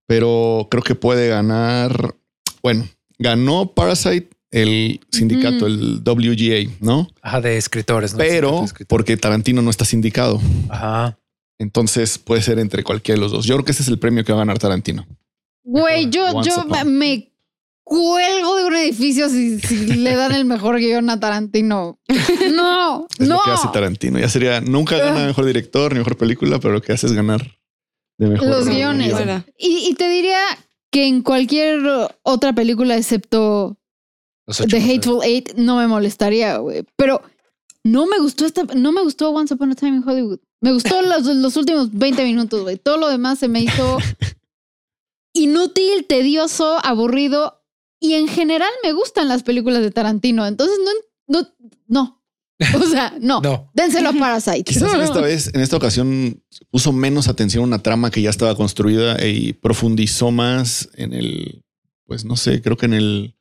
E: pero creo que puede ganar. Bueno, ganó Parasite el sindicato, el WGA, ¿no?
A: Ajá, de escritores. ¿no?
E: Pero
A: De escritores.
E: porque Tarantino no está sindicado.
A: Ajá.
E: Entonces puede ser entre cualquiera de los dos. Yo creo que ese es el premio que va a ganar Tarantino.
B: Güey, yo,
E: Once
B: yo
E: upon a-
B: me cuelgo de un edificio si, si le dan el mejor guión a Tarantino. No,
E: Es
B: no. Ah.
E: lo que hace Tarantino. Ya sería, nunca gana mejor director ni mejor película, pero lo que hace es ganar de mejor.
B: Los
E: guion.
B: guiones.
D: Bueno.
B: Y, y te diría que en cualquier otra película excepto
A: Los ocho
B: The
A: pasados.
B: Hateful Eight no me molestaría, güey. Pero no me gustó esta, no me gustó Once Upon a Time in Hollywood. Me gustó los, los últimos 20 minutos, güey. Todo lo demás se me hizo inútil, tedioso, aburrido. Y en general me gustan las películas de Tarantino. Entonces no, no, no. O sea, no.
A: No.
B: Dénselo a Parasite.
E: Quizás en esta vez, en esta ocasión, puso menos atención a una trama que ya estaba construida e y profundizó más en el, pues no sé, creo que en el,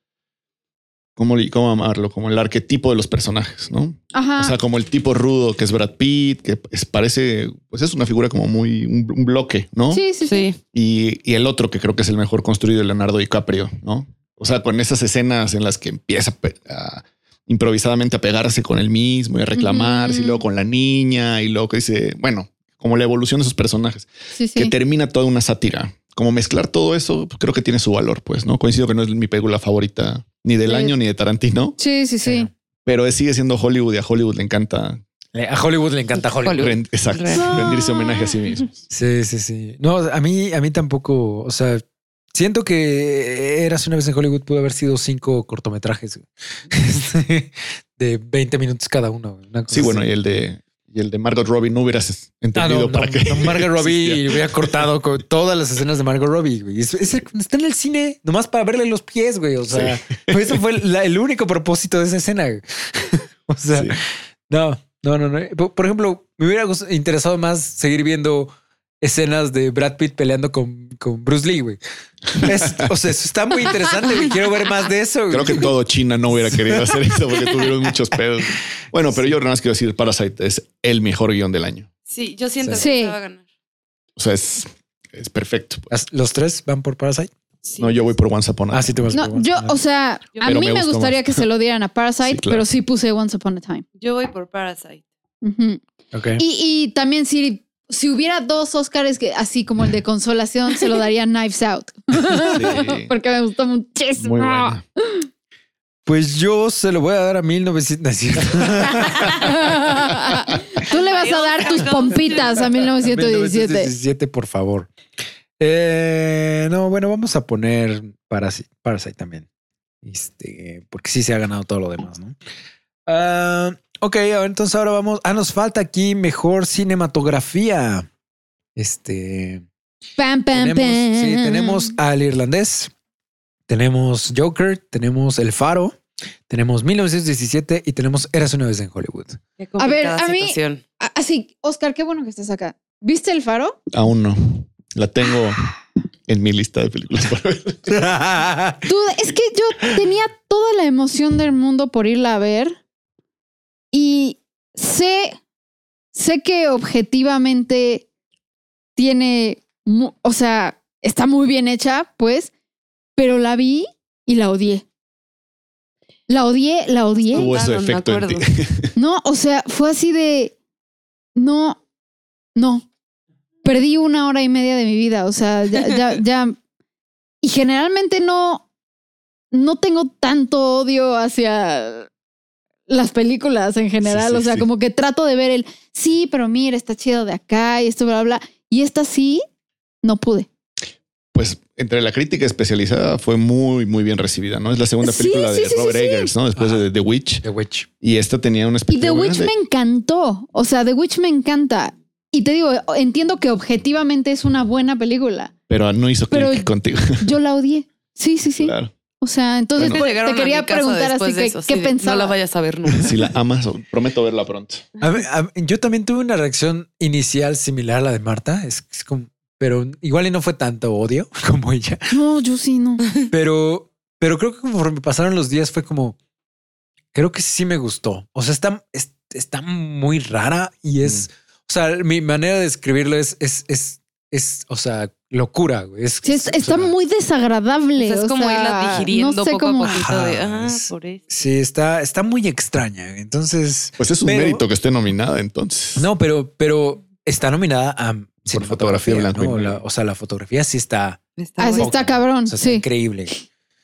E: ¿cómo, li- cómo amarlo? Como el arquetipo de los personajes, ¿no?
B: Ajá.
E: O sea, como el tipo rudo que es Brad Pitt, que es- parece, pues es una figura como muy, un, un bloque, ¿no?
B: sí, sí, sí.
D: Sí.
E: y, y el otro que creo que es el mejor construido, Leonardo DiCaprio, ¿no? O sea, con esas escenas en las que empieza a pe- a improvisadamente a pegarse con él mismo y a reclamarse,
B: Ujú.
E: y luego con la niña, y luego que dice, bueno, como la evolución de sus personajes,
B: Sí, sí.
E: que termina toda una sátira. Como mezclar todo eso, pues, creo que tiene su valor, pues, ¿no? Coincido que no es mi película favorita ni del
B: Sí.
E: año ni de Tarantino,
B: Sí, sí, sí.
E: pero es- sigue siendo Hollywood y a Hollywood le encanta
A: Eh, A Hollywood le encanta Hollywood.
D: Hollywood.
E: rend- exacto,
D: Re-
E: rendirse homenaje a sí mismo.
A: Sí, sí, sí. No, a mí, a mí tampoco. O sea, siento que Eras una vez en Hollywood pudo haber sido cinco cortometrajes güey. de 20 minutos cada uno. güey. Una cosa
E: Sí, bueno,
A: así.
E: y el de y el de Margot Robbie no hubieras
A: Ah,
E: entendido
A: no,
E: para
A: no,
E: qué.
A: no, Margot
E: existía.
A: Robbie hubiera cortado con todas las escenas de Margot Robbie. güey. Es- es- está en el cine nomás para verle los pies, güey. O sea, pues eso fue la- el único propósito de esa escena. güey. o sea,
E: Sí.
A: no, no, no, no. Por, por ejemplo, me hubiera gust- interesado más seguir viendo escenas de Brad Pitt peleando con, con Bruce Lee, güey. Es- o sea, eso está muy interesante. güey. Quiero ver más de eso. güey.
E: Creo que todo China no hubiera querido hacer eso porque tuvieron muchos pedos. Bueno, pero yo nada más quiero decir, Parasite es el mejor guión del año.
D: Sí, yo siento
B: Sí.
D: que se va a ganar.
E: O sea, es, es perfecto.
A: Las- Los tres van por Parasite.
D: Sí.
E: No, yo voy por Once Upon a
A: Ah, sí, te vas por
B: No,
A: Once
B: yo,
A: Upon a
B: o sea, a
E: Pero
B: mí
E: me
B: me,
E: gustó
B: gustaría
E: más.
B: que se lo dieran a Parasite,
E: Sí, claro.
B: pero sí puse Once Upon a Time.
D: Yo voy por Parasite.
B: Ujú.
A: Time. Ok.
B: y, y también si, si hubiera dos Oscars que así como el de consolación, se lo daría Knives Out.
E: Sí.
B: Porque me gustó
E: Muy
B: muchísimo.
E: buena.
A: Pues yo se lo voy a dar a 1900. no es cierto.
B: Tú le vas a dar tus pompitas a 1917.
A: 1917, por favor. Eh, no, bueno, vamos a poner Parasite, Parasite también. Este, porque sí se ha ganado todo lo demás, ¿no? Ah, ok, ahora, entonces ahora vamos. Ah, nos falta aquí mejor cinematografía. Este.
B: Pam, pam, pam.
A: Tenemos, sí, tenemos al irlandés, tenemos Joker, tenemos El Faro, tenemos 1917 y tenemos Eras una vez en Hollywood.
D: Qué
B: A ver,
D: complicada
B: a mí-
D: situación.
B: Ah, ah, sí, Oscar, qué bueno que estás acá. ¿Viste el faro?
E: Aún no. La tengo en mi lista de películas para ver.
B: Tú, es que yo tenía toda la emoción del mundo por irla a ver y sé, sé que objetivamente tiene, mu- o sea, está muy bien hecha, pues, pero la vi y la odié. La odié, la odié.
E: Tuvo ese
D: Claro, Ah, me
E: efecto en ti.
D: acuerdo.
B: No, o sea, fue así de. No, no. Perdí una hora y media de mi vida. O sea, ya, ya, ya. Y generalmente no. No tengo tanto odio hacia las películas en general.
E: Sí, sí,
B: o sea,
E: sí.
B: como que trato de ver el. Sí, pero mira, está chido de acá y esto, bla, bla. bla". Y esta sí, no pude.
E: Pues entre la crítica especializada fue muy, muy bien recibida, ¿no? Es la segunda
B: Sí,
E: película
B: sí,
E: de
B: sí, sí,
E: Robert
B: sí.
E: Eggers, ¿no? Después
A: Ajá.
E: de The Witch.
A: The Witch.
E: Y esta tenía una
B: Y The
E: expectativa
B: Witch me
E: grande.
B: encantó. O sea, The Witch me encanta. Y te digo, entiendo que objetivamente es una buena película.
E: Pero no hizo clic
B: Pero-
E: contigo.
B: Yo la odié. Sí, sí, sí.
E: Claro.
B: O sea, entonces
E: Bueno.
B: te- te,
D: Llegaron a mi
B: quería
D: casa
B: preguntar
D: después
B: así
D: de
B: que
D: eso,
B: qué
D: así de,
B: pensaba.
D: No la vayas a ver nunca.
E: Si la amas, prometo verla pronto.
A: A ver, a- yo también tuve una reacción inicial similar a la de Marta. Es, es como, pero igual y no fue tanto odio como ella.
B: No, yo sí no.
A: Pero, pero creo que conforme pasaron los días fue como, creo que sí me gustó. O sea, está, es- está muy rara y
E: Mm.
A: es, o sea, mi manera de escribirlo es, es, es, es, o sea, locura. güey. Es,
B: Sí, es-
A: o
B: está
A: sea,
B: muy desagradable.
D: O sea, es como
B: o sea,
D: irla digiriendo
B: no sé
D: poco
B: cómo-
D: a poquito de,
A: Ajá,
D: ah,
A: es-
D: por eso.
A: Sí, está, está muy extraña. Entonces,
E: Pues es un
A: Pero-
E: mérito que esté nominada entonces.
A: no, pero, pero está nominada a cinematografía,
E: fotografía blanco y
A: ¿no?
E: negro.
A: La- o sea, la fotografía sí está,
D: Está
B: Ah, sí,
D: bueno.
B: está cabrón.
A: o sea, está
B: sí.
A: increíble.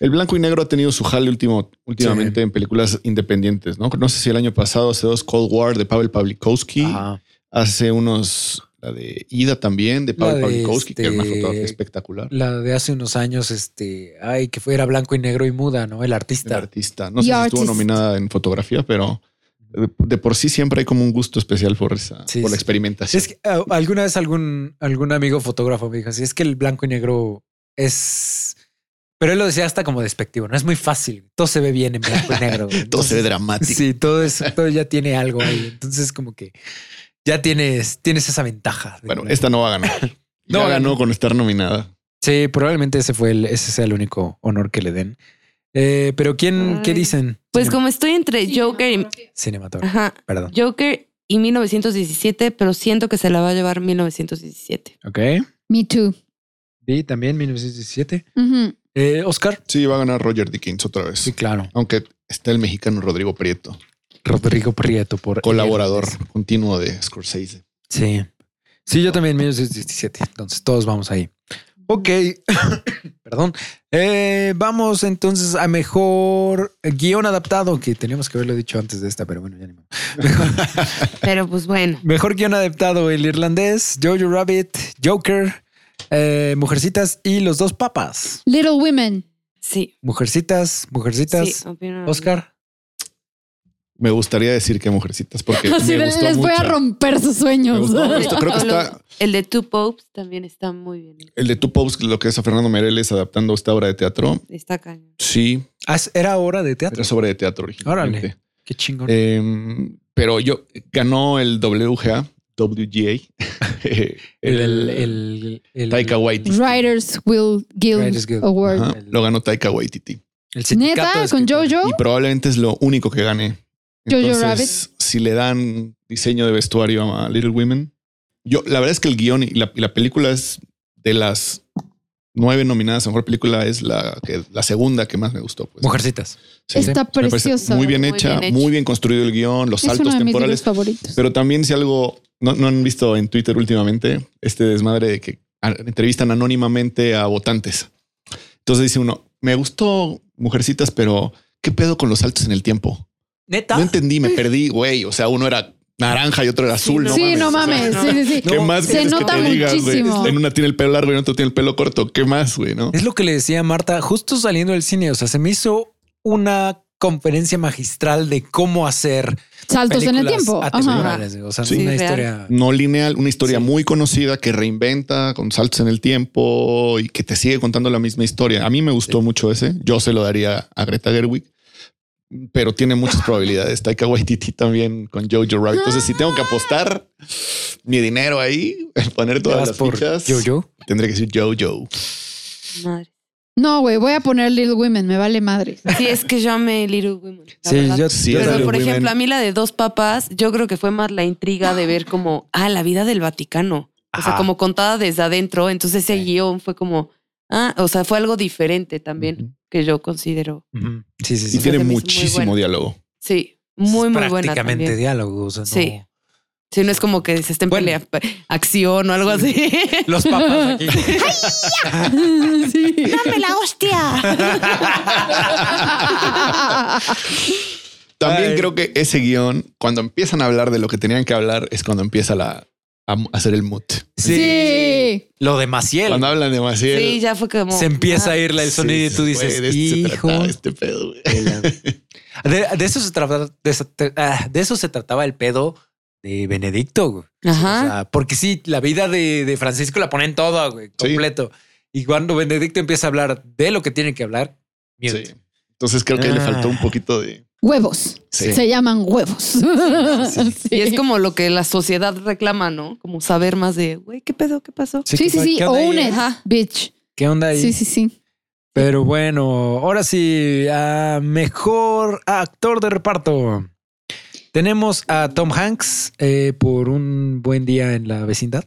E: El blanco y negro ha tenido su jale último, últimamente en películas independientes, ¿no? No sé si el año pasado hace dos Cold War de Pavel Pavlikovsky,
A: Ajá.
E: hace unos la de Ida también de Pavel
A: de
E: Pavlikovsky, que era una
A: este-
E: fotografía espectacular.
A: La de hace unos años, este, ay, que fue, era blanco y negro y muda, ¿no? El
E: El
A: artista.
E: artista. No
B: The
E: sé si
B: Artist.
E: estuvo nominada en fotografía, pero de, de por sí siempre hay como un gusto especial por esa,
A: Sí,
E: por
A: sí.
E: la experimentación.
A: Es que ah, alguna vez algún, algún amigo fotógrafo me dijo así, es que el blanco y negro es... Pero él lo decía hasta como despectivo, no es muy fácil, todo se ve bien en blanco y negro.
E: Todo se ve
A: Entonces,
E: dramático.
A: Sí, todo, es, todo ya tiene algo ahí, entonces como que ya tienes, tienes esa ventaja. de
E: Bueno,
A: blanco.
E: esta no va a ganar.
A: No
E: No
A: va a
E: ganó
A: ganar.
E: con estar nominada.
A: Sí, probablemente ese, fue el, ese sea el único honor que le den. Eh, pero ¿quién, ¿qué
D: Ay.
A: dicen?
D: Pues
A: Cinem-
D: como estoy entre Joker y...
A: Cinematógrafo,
D: Ajá,
A: perdón.
D: Joker y 1917, pero siento que se la va a llevar 1917.
A: Ok.
B: Me too.
A: Vi también 1917.
B: Ujú.
A: Eh, Oscar.
E: Sí, va a ganar Roger Dickens otra vez.
A: claro.
E: Aunque está el mexicano Rodrigo Prieto,
A: Rodrigo Prieto por...
E: colaborador continuo de Scorsese.
A: Sí. Sí, yo también, 1917. Entonces, todos vamos ahí. Ok. Perdón. Eh, vamos entonces a mejor guión adaptado, que teníamos que haberlo dicho antes de esta, pero bueno, ya ni modo.
D: Pero pues bueno.
A: Mejor guión adaptado: El Irlandés, Jojo Rabbit, Joker, eh, Mujercitas y Los Dos Papas.
B: Little Women.
D: Sí.
A: Mujercitas, Mujercitas.
D: sí, opino lo
A: Oscar.
E: Me gustaría decir que Mujercitas, porque
B: Así
E: me
B: de,
E: gustó
B: les voy a
E: mucho.
B: romper sus
E: Me
B: sueños.
E: gustó mucho. Creo que
D: Lo-
E: está
D: El de Two Popes también está muy bien. ¿eh?
E: el de Two Popes, lo que es a Fernando Meirelles adaptando esta obra de teatro.
D: Está cañón.
E: Sí,
A: Ah, era hora de teatro.
E: era sobre de teatro originalmente.
A: Órale. Qué chingón.
E: Eh, pero yo ganó el WGA, WGA. eh,
A: el, el, el, el-
E: Taika Waititi.
B: Writers Will Guild
A: Writers Guild.
B: Award.
E: Ajá, lo ganó Taika Waititi.
A: el sindicato
B: Neta,
A: de
B: con
A: escritores.
B: Jojo.
E: Y probablemente es lo único que gane.
B: Jojo
E: Entonces,
B: Rabbit.
E: si le dan diseño de vestuario a Little Women, yo la verdad es que el guión y la, y la película es de las nueve nominadas a mejor película, es la que la segunda que más me gustó. pues.
A: Mujercitas.
E: Sí.
B: Está
E: Me parece
B: preciosa.
E: Muy bien
D: Muy
E: hecha,
D: bien hecha.
E: muy bien construido el guión, los
B: es uno
E: saltos
B: de mis libros
E: temporales.
B: favoritos.
E: Pero también si algo no, no han visto en Twitter últimamente, este desmadre de que a- entrevistan anónimamente a votantes. Entonces dice uno, me gustó Mujercitas, pero ¿qué pedo con los saltos en el tiempo?
A: Neta.
E: No entendí, me perdí, güey. O sea, uno era naranja y otro era azul.
B: sí, no
E: O
B: mames.
E: sea,
B: Sí, sí, sí.
E: ¿Qué más
B: Se
E: quieres que
B: nota
E: te diga, güey?
B: muchísimo.
E: En una tiene el pelo largo y en otra tiene el pelo corto. ¿Qué más, güey? ¿No?
A: Es lo que le decía a Marta justo saliendo del cine. O sea, se me hizo una conferencia magistral de cómo hacer
B: Saltos en el
A: películas
B: tiempo. Ajá.
A: atemporales. O sea,
E: Sí.
A: una
D: Sí, real.
A: historia.
E: no lineal, una historia
A: Sí.
E: muy conocida que reinventa con saltos en el tiempo y que te sigue contando la misma historia. A mí me gustó mucho ese. Yo se lo daría a Greta Gerwig, pero tiene muchas probabilidades. Taika Waititi también con Jojo Rabbit. Entonces, si tengo que apostar mi dinero ahí, poner
A: ¿Te
E: todas
A: vas
E: las
A: por
E: fichas,
A: Jojo?
E: tendré que decir Jojo.
D: Madre.
B: No, güey, voy a poner Little Women, me vale madre.
D: Sí, es que yo amé Little Women. la
A: Sí,
D: verdad.
A: yo
E: Sí,
A: yo
E: es
D: Pero,
A: también.
E: Little
D: por
E: Women.
D: ejemplo, a mí la de dos papas, yo creo que fue más la intriga de ver como, ah, la vida del Vaticano. O sea,
A: Ajá.
D: como contada desde adentro. Entonces ese guión fue como, ah, o sea, fue algo diferente también
E: Ujú.
D: que yo considero.
A: Ujú. Sí, sí,
E: Y
A: sí.
D: sea,
E: tiene
D: se me hizo muy
E: muchísimo
D: buena.
E: diálogo.
D: Sí, muy, muy buena.
A: Prácticamente
D: También.
A: diálogo. o sea, no-
D: Sí. Sí, no es como que se estén
A: Bueno.
D: pelea acción o algo así.
A: Los papas aquí.
B: Sí.
F: ¡Dame la hostia!
E: También
A: Ay.
E: creo que ese guión, cuando empiezan a hablar de lo que tenían que hablar, es cuando empieza la, a hacer el mood.
A: Sí.
B: Sí.
A: Lo de Maciel.
E: Cuando hablan de Maciel,
D: sí, ya fue como.
A: se empieza
D: ah,
A: a irle el
E: Sí,
A: sonido y tú
E: güey,
A: dices,
E: de esto se
A: hijo.
E: trataba este pedo, güey".
A: de la- De, de eso se trataba, de, eso te- ah, de eso se trataba el pedo de Benedicto, güey.
D: Ajá.
A: O sea, porque sí, la vida de, de Francisco la ponen toda, güey, completo. Y cuando Benedicto empieza a hablar de lo que tiene que hablar, mute.
E: Sí. Entonces creo que le
A: Ah.
E: faltó un poquito de.
B: Huevos.
A: Sí.
B: Se llaman huevos. Sí.
D: Y es como lo que la sociedad reclama, ¿no? Como saber más de, güey, ¿qué pedo? ¿Qué pasó?
B: Sí, sí, sí.
A: ¿Qué onda
B: Own
A: ahí?
B: it, bitch.
A: ¿Qué onda ahí?
B: Sí, sí, sí.
A: Pero bueno, ahora sí, a mejor actor de reparto. Tenemos a Tom Hanks eh, por un buen día en la vecindad.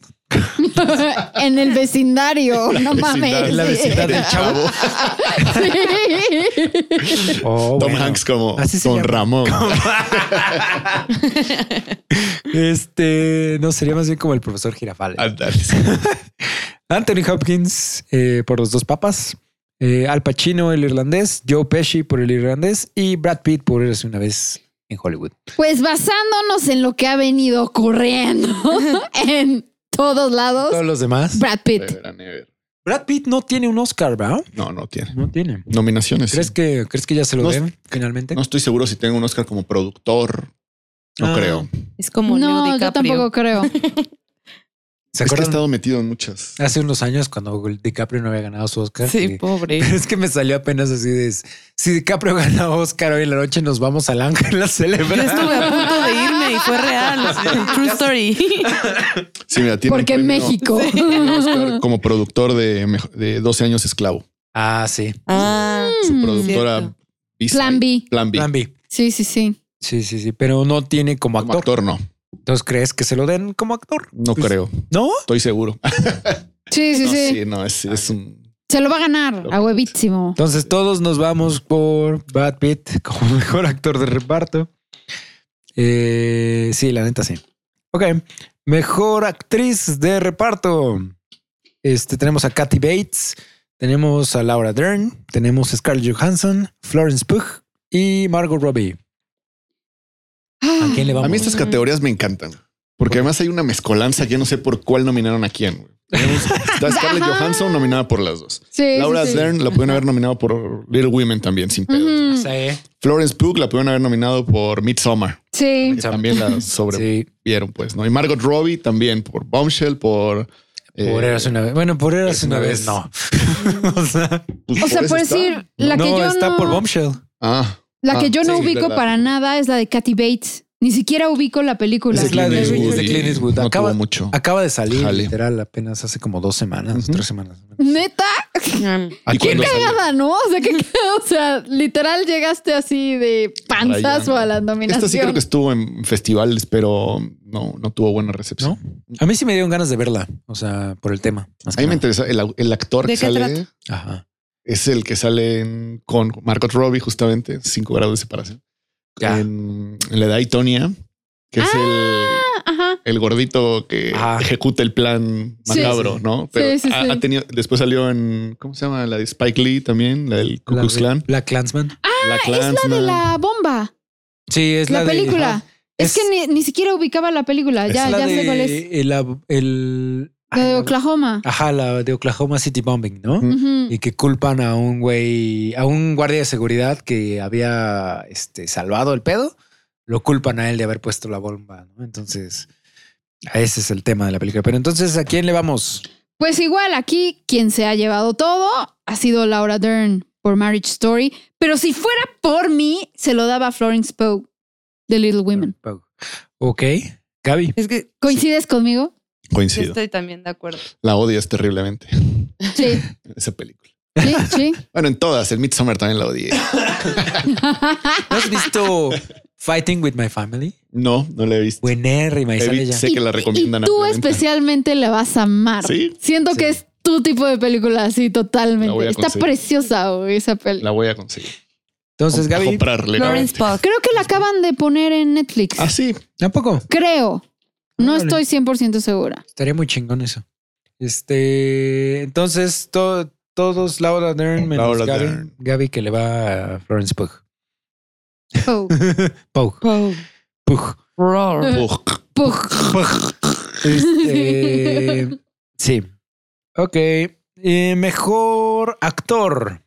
B: en el vecindario. no mames.
E: vecindad-
A: En la
B: Sí.
A: vecindad del chavo.
B: Sí.
A: Oh,
E: Tom
A: bueno.
E: Hanks como
A: Así se
E: Don
A: llama.
E: Ramón.
A: Este, no, sería más bien como el profesor Girafales.
E: Ándale.
A: Anthony Hopkins eh, por los dos papas. eh, Al Pacino, el irlandés. Joe Pesci por el irlandés. Y Brad Pitt por Eres una vez en Hollywood.
B: Pues basándonos en lo que ha venido ocurriendo en todos lados,
A: Todos los demás.
B: Brad Pitt.
E: Never and ever.
A: Brad Pitt no tiene un Oscar, ¿verdad?
E: No, no tiene.
A: No tiene.
E: Nominaciones.
A: ¿Crees,
E: sí.
A: que, ¿Crees que ya se lo
E: No-
A: den finalmente?
E: No estoy seguro si tengo un Oscar como productor. No
A: Ah.
E: creo.
D: Es como Leo
B: No, yo
D: DiCaprio.
B: tampoco creo.
A: ¿Se
E: Es que he
A: acuerdan?
E: estado metido en muchas.
A: Hace unos años cuando DiCaprio no había ganado su Oscar.
D: Sí, pues.
A: y-
D: pobre.
A: Pero es que me salió apenas así de si DiCaprio gana Oscar hoy en la noche, nos vamos al ángel a
F: Yo
A: celebrar.
F: estuve a punto de irme y fue real. True story.
E: Sí, mira, tiene un
B: Porque
E: premio-
B: México.
E: un Oscar como productor de, mejo- de 12 años esclavo.
A: Ah, sí.
D: Ah,
B: Mm.
E: Su productora.
D: Cierto.
E: B-side.
B: Plan B.
E: Plan B.
A: Plan B.
B: Sí, sí, sí.
A: Sí, sí, sí, pero no tiene como
E: Como
A: actor.
E: actor, no.
A: Entonces, ¿crees que se lo den como actor?
E: No
A: Pues,
E: creo.
A: ¿No?
E: Estoy seguro.
B: Sí, sí,
E: No,
B: sí.
E: sí, no, es, es un.
B: Se lo va a ganar a huevísimo.
A: Entonces, todos nos vamos por Brad Pitt como mejor actor de reparto. Eh, sí, la neta sí. Ok. Mejor actriz de reparto. Este, tenemos a Kathy Bates, tenemos a Laura Dern, tenemos a Scarlett Johansson, Florence Pugh y Margot Robbie.
B: Ah,
A: ¿A quién le vamos?
E: A mí estas categorías me encantan. Porque además hay una mezcolanza que yo no sé por cuál nominaron a quién. güey. Tenemos- Está Scarlett
B: Ajá.
E: Johansson nominada por las dos.
B: Sí, sí,
E: Laura
B: sí.
E: Dern la pudieron haber nominado por Little Women también, sin pedos.
B: Ujú.
A: Sí, eh.
E: Florence Pugh la pudieron haber nominado por Midsommar.
B: Sí.
E: que también la sobrevieron,
A: Sí,
E: pues, ¿no? Y Margot Robbie también por Bombshell, por... eh,
A: por eras una vez. Bueno, por eras una, vez, no. o sea,
E: pues,
B: O sea,
E: eso
B: por
E: está.
B: decir, la que
A: no,
B: yo
A: está
B: no,
A: por Bombshell.
E: Ah,
B: la que
E: Ah,
B: yo no
E: sí,
B: ubico
E: verdad.
B: para nada es la de Kathy Bates. Ni siquiera ubico la película.
A: Esa es la de,
E: Clint Eastwood
A: es de
E: y
A: Clint Eastwood.
E: no
A: Acaba,
E: tuvo mucho.
A: acaba de salir,
E: Jale.
A: literal, apenas hace como dos semanas,
E: Ujú.
A: tres semanas.
B: Neta,
D: Mm.
E: ¿Y
B: qué
E: cuándo salió?
B: cagada, ¿no? O sea, qué cagada. O sea, literal llegaste así de panzazo
E: Rayando.
B: a la nominación.
E: Esta sí creo que estuvo en festivales, pero no, no tuvo buena recepción.
A: ¿No? A mí sí me dieron ganas de verla, o sea, por el tema. más
E: A
A: que
E: mí me
A: nada.
E: interesa el, el actor
F: ¿De
E: que
F: qué
E: sale
F: trata?
A: Ajá.
E: es el que sale en- con Margot Robbie justamente, cinco grados de separación.
A: Ya.
E: En, en la edad Itonia, que es el,
B: Ah, ajá.
E: el gordito que
A: Ajá.
E: ejecuta el plan
B: Sí,
E: macabro,
A: sí.
E: ¿no? Pero
B: Sí, sí,
E: ha,
B: sí.
E: ha tenido, después salió en, ¿cómo se llama? La de Spike Lee también, la del Ku
A: La-
E: Klux Klan.
A: La Clansman.
E: la
B: Ah, Es la de
E: Klansman.
B: la bomba,
A: Sí, es la,
B: la,
A: de-
B: película. Es,
A: Es-
B: que ni, ni siquiera ubicaba la película. Ya,
A: Es la
B: ya sé
A: de
B: cuál es.
A: El, ab- el-
B: La
A: ay, Ah.
B: de
A: la-
B: Oklahoma.
A: Ajá, la de Oklahoma City Bombing,
B: Mm.
A: ¿no?
B: Ujú.
A: Y que culpan a un güey, a un guardia de seguridad que había este, salvado el pedo, lo culpan a él de haber puesto la bomba, ¿no? Entonces, ese es el tema de la película. Pero entonces, ¿a quién le vamos?
B: Pues igual aquí quien se ha llevado todo ha sido Laura Dern por Marriage Story, pero si fuera por mí se lo daba a Florence Pugh de Little Women.
A: Ok, Gaby.
D: Es que
B: ¿Coincides conmigo?
D: yo
B: Este-
E: Coincido.
D: estoy también de acuerdo.
E: La odias terriblemente,
B: Sí,
E: esa película.
B: sí, sí.
E: Bueno, en todas, el Midsommar también la odié.
A: ¿No has visto Fighting with My Family?
E: No, no la he visto.
A: Buenérrima y
E: He
A: sale
E: vi-
A: ya.
E: sé que la recomiendan
B: Y tú
E: ampliamente.
B: especialmente la vas a amar.
E: Sí.
B: Siento
A: Sí.
B: que es tu tipo de película así
E: La voy
B: totalmente.
E: a
B: Está
E: conseguir.
B: preciosa güey, esa película.
E: La voy a conseguir.
A: Entonces,
E: A
A: Gaby,
E: comprar
D: Lawrence
E: legalmente.
D: Pugh.
B: Creo que la acaban de poner en Netflix.
E: Ah, sí.
A: ¿a poco?
B: Creo. No
A: Órale.
B: estoy 100% segura.
A: Estaría muy chingón eso. Este, entonces, to- todos Laura Dern menos
E: Laura
A: Gaby.
E: Dern.
A: Gaby que le va a Florence Pugh.
B: Pugh.
A: Pugh. Pugh.
D: Roar.
E: Ugh.
B: Pugh.
A: Este, sí. Ok. Eh, mejor actor.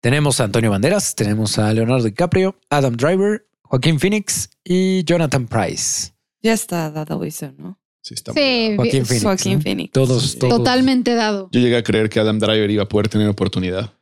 A: Tenemos a Antonio Banderas, tenemos a Leonardo DiCaprio, Adam Driver, Joaquín Phoenix y Jonathan Price.
D: Ya está dado eso, ¿no?
E: Sí, está muy
B: Sí,
A: Joaquín
B: bien.
A: Phoenix.
D: Joaquín
A: ¿no?
D: Phoenix.
A: Todos, todos.
B: totalmente dado.
E: Yo llegué a creer que Adam Driver iba a poder tener oportunidad.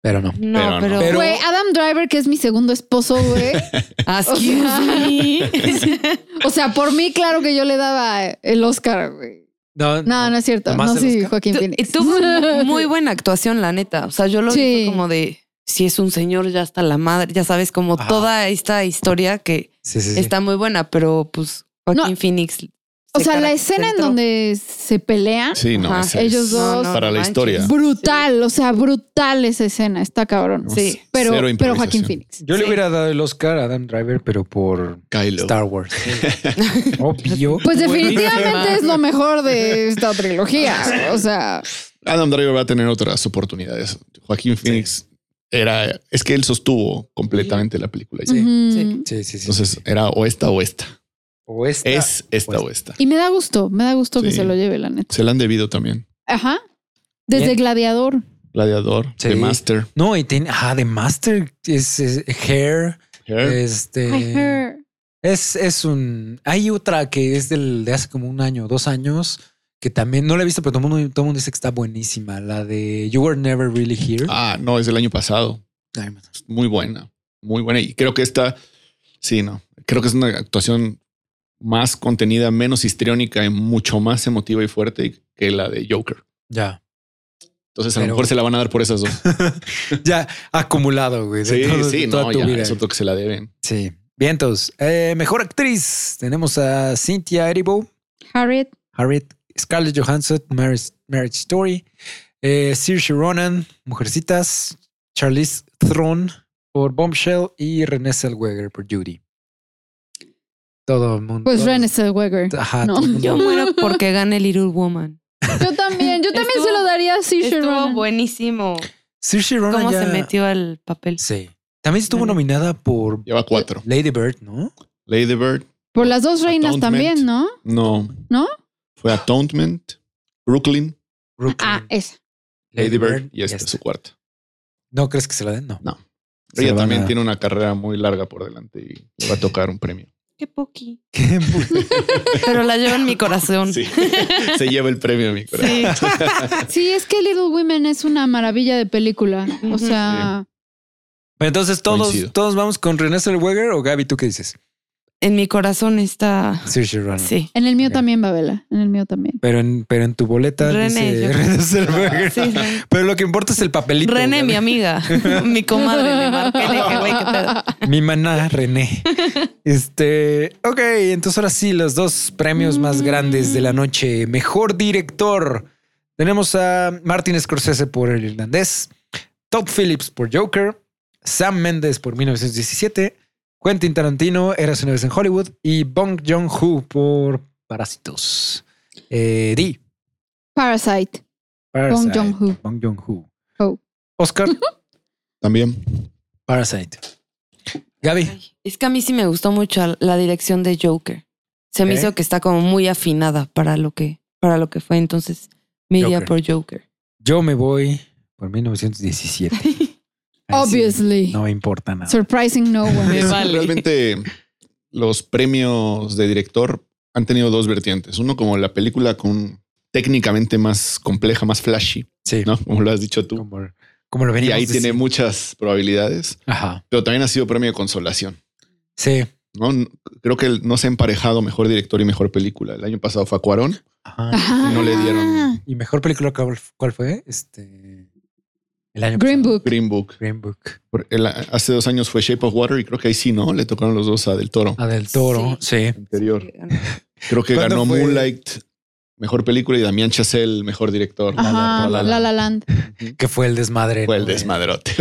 A: Pero no.
D: No,
E: Pero no.
D: pero.
A: Pero-
B: Güey, Adam Driver, que es mi segundo esposo, güey.
D: Excuse
B: O sea-
D: me.
B: o sea, por mí, claro que yo le daba el Oscar, güey.
A: No,
B: No, no es cierto.
A: ¿Nomás el
B: No, sí,
A: Oscar?
B: Joaquín
D: Tu-
B: Phoenix.
D: y tuvo mu- muy buena actuación, la neta. O sea, yo lo
B: Sí.
D: vi como de si es un señor, ya está la madre. Ya sabes, como
A: Ajá.
D: toda esta historia que
A: Sí, sí, sí.
D: está muy buena, pero pues Joaquín
B: No.
D: Phoenix. se
B: O sea, la escena en
D: caracterizó.
B: donde se pelean,
E: Sí, no.
D: Ajá.
E: ese es
B: Ellos dos-
D: No, no,
E: Para
D: no
E: la
D: manches.
E: historia.
B: brutal, o sea, brutal esa escena. Está cabrón.
D: Sí.
B: Pero,
E: Cero
B: pero
E: improvisación.
B: Joaquín Phoenix.
A: Yo le
D: Sí.
A: hubiera dado el Oscar a Adam Driver, pero por
E: Kylo.
A: Star Wars. Obvio.
B: Pues definitivamente
D: Buenísima.
B: es lo mejor de esta trilogía. O sea,
E: Adam Driver va a tener otras oportunidades. Joaquín Phoenix era, es que él sostuvo completamente la película.
A: Sí.
B: ujú.
D: Sí.
A: Sí, sí, sí.
E: Entonces era o esta o esta.
A: o esta.
E: Es esta
A: Pues-
E: o esta.
B: y me da gusto, me da gusto que
E: Sí.
B: se lo lleve, la neta.
E: Se la han debido también.
B: Ajá. Desde
A: Bien.
B: Gladiador.
E: Gladiador,
A: Sí.
E: The Master,
A: No, y tiene. Ah, de Master es, es- Hair.
E: Hair.
A: Eh.
B: I
A: Este.
B: heard.
A: Es, es un. Hay otra que es del, de hace como un año, dos años, que también no la he visto, pero todo el mundo, todo el mundo dice que está buenísima. La de You Were Never Really Here.
E: Ah, no, es del año pasado.
A: Ay, man.
E: Es Muy buena, muy buena. Y creo que esta, sí, no. Creo que es una actuación más contenida, menos histriónica y mucho más emotiva y fuerte que la de Joker.
A: Ya.
E: Entonces a
A: Pero-
E: lo mejor se la van a dar por esas dos.
A: Ya acumulado, güey. de
E: Sí,
A: todo-
E: sí,
A: de toda
E: no,
A: tu
E: ya,
A: vida.
E: es otro que se la deben.
A: Sí. Vientos. Eh, mejor actriz. Tenemos a Cynthia Erivo,
B: Harriet.
A: Harriet, Scarlett Johansson, Marriage, Marriage Story, eh, Saoirse Ronan, Mujercitas, Charlize Theron por Bombshell y Renée Zellweger por Judy. Todo el mundo.
B: Pues Renée Zellweger.
A: Ajá,
B: No.
A: todo el mundo.
D: Yo muero porque gane Little Woman.
B: Yo también, yo también
D: Estuvo-
B: se lo daría a Saoirse
D: Estuvo
B: Ronan.
D: buenísimo.
A: Saoirse Ronan
D: Cómo
A: ya-
D: se metió al papel.
A: Sí. También estuvo
D: Ronan.
A: nominada por
E: Lleva cuatro.
A: Lady Bird, ¿no?
D: Ah.
E: Lady Bird,
B: Por las dos reinas
E: Atonement.
B: también, ¿no?
E: no.
B: ¿No?
E: Fue Atonement, Brooklyn,
A: Brooklyn,
B: Ah, esa.
E: Lady Bird y esta
A: esta.
E: es su cuarta.
A: ¿No crees que se la den? No.
E: No.
A: Se
E: Ella
A: la van
E: también
A: a-
E: tiene una carrera muy larga por delante y le va a tocar un premio.
D: Qué poqui.
A: Qué bu-
D: Pero la llevo en mi corazón.
E: Sí. Se lleva el premio mi corazón.
D: Sí.
B: Sí, es que Little Women es una maravilla de película. O
D: Ujú.
B: sea,
A: Bueno, entonces todos,
E: Coincido.
A: todos vamos con Renée Zellweger o Gaby, ¿tú qué dices?
D: En mi corazón está.
A: Saoirse
E: Ah.
A: Ronan.
D: Sí.
B: en el mío
A: Ok.
B: también, Babela. En el mío también.
A: Pero en, pero en tu boleta
D: René,
A: dice
D: yo-
A: René Zellweger.
D: Sí, René.
A: Pero lo que importa es el papelito.
D: René, mi
A: mi,
D: amiga, mi comadre, le marqué, le dije, güey, qué pedo.
A: mi maná René. Este, ok, entonces ahora sí, los dos premios más grandes de la noche. Mejor director. Tenemos a Martin Scorsese por El Irlandés, Todd Phillips por Joker, Sam Mendes por 1917, Quentin Tarantino, Eras una vez en Hollywood y Bong Joon-ho por Parásitos. Eh, Di,
B: Parasite.
A: Parasite.
B: Joon-ho.
A: Bong Joon-ho.
B: Oh.
A: Oscar,
E: También.
A: Parasite. Gaby,
D: Ay, Es que a mí sí me gustó mucho la dirección de Joker. Se me
A: Ok.
D: hizo que está como muy afinada para lo que, para lo que fue. Entonces me iría
A: Joker.
D: por Joker.
A: yo me voy por 1917. Así,
B: Obviously.
A: Ah, No me importa nada.
B: Surprising no one.
D: Me vale.
E: Realmente los premios de director han tenido dos vertientes. Uno como la película con técnicamente más compleja, más flashy,
A: Sí,
E: ¿no? Como lo has dicho tú.
A: como, como lo
E: Y
A: veníamos
E: ahí tiene
A: diciendo.
E: muchas probabilidades,
A: Ajá.
E: pero también ha sido premio de consolación.
A: Sí.
E: ¿no? N- Creo que no se ha emparejado mejor director y mejor película. El año pasado fue a Cuarón.
A: Ajá.
B: Ajá.
E: No le dieron.
A: ¿Y mejor película cuál cuál fue? Este. El año
B: Green
A: pasado.
B: Book.
E: Green Book.
A: Green Book.
E: Por- el- hace dos años fue Shape of Water y creo que ahí sí, ¿no? Le tocaron los dos a Del Toro.
A: A del Toro. Sí.
E: Anterior. Creo que
A: ¿Cuándo
E: ganó
A: fue?
E: Moonlight, mejor película, y Damián Chazelle, mejor director.
B: Ajá.
A: La La Land.
B: La La Land.
A: Que fue el desmadre.
E: Fue el
A: ¿no? De-
E: desmadrote.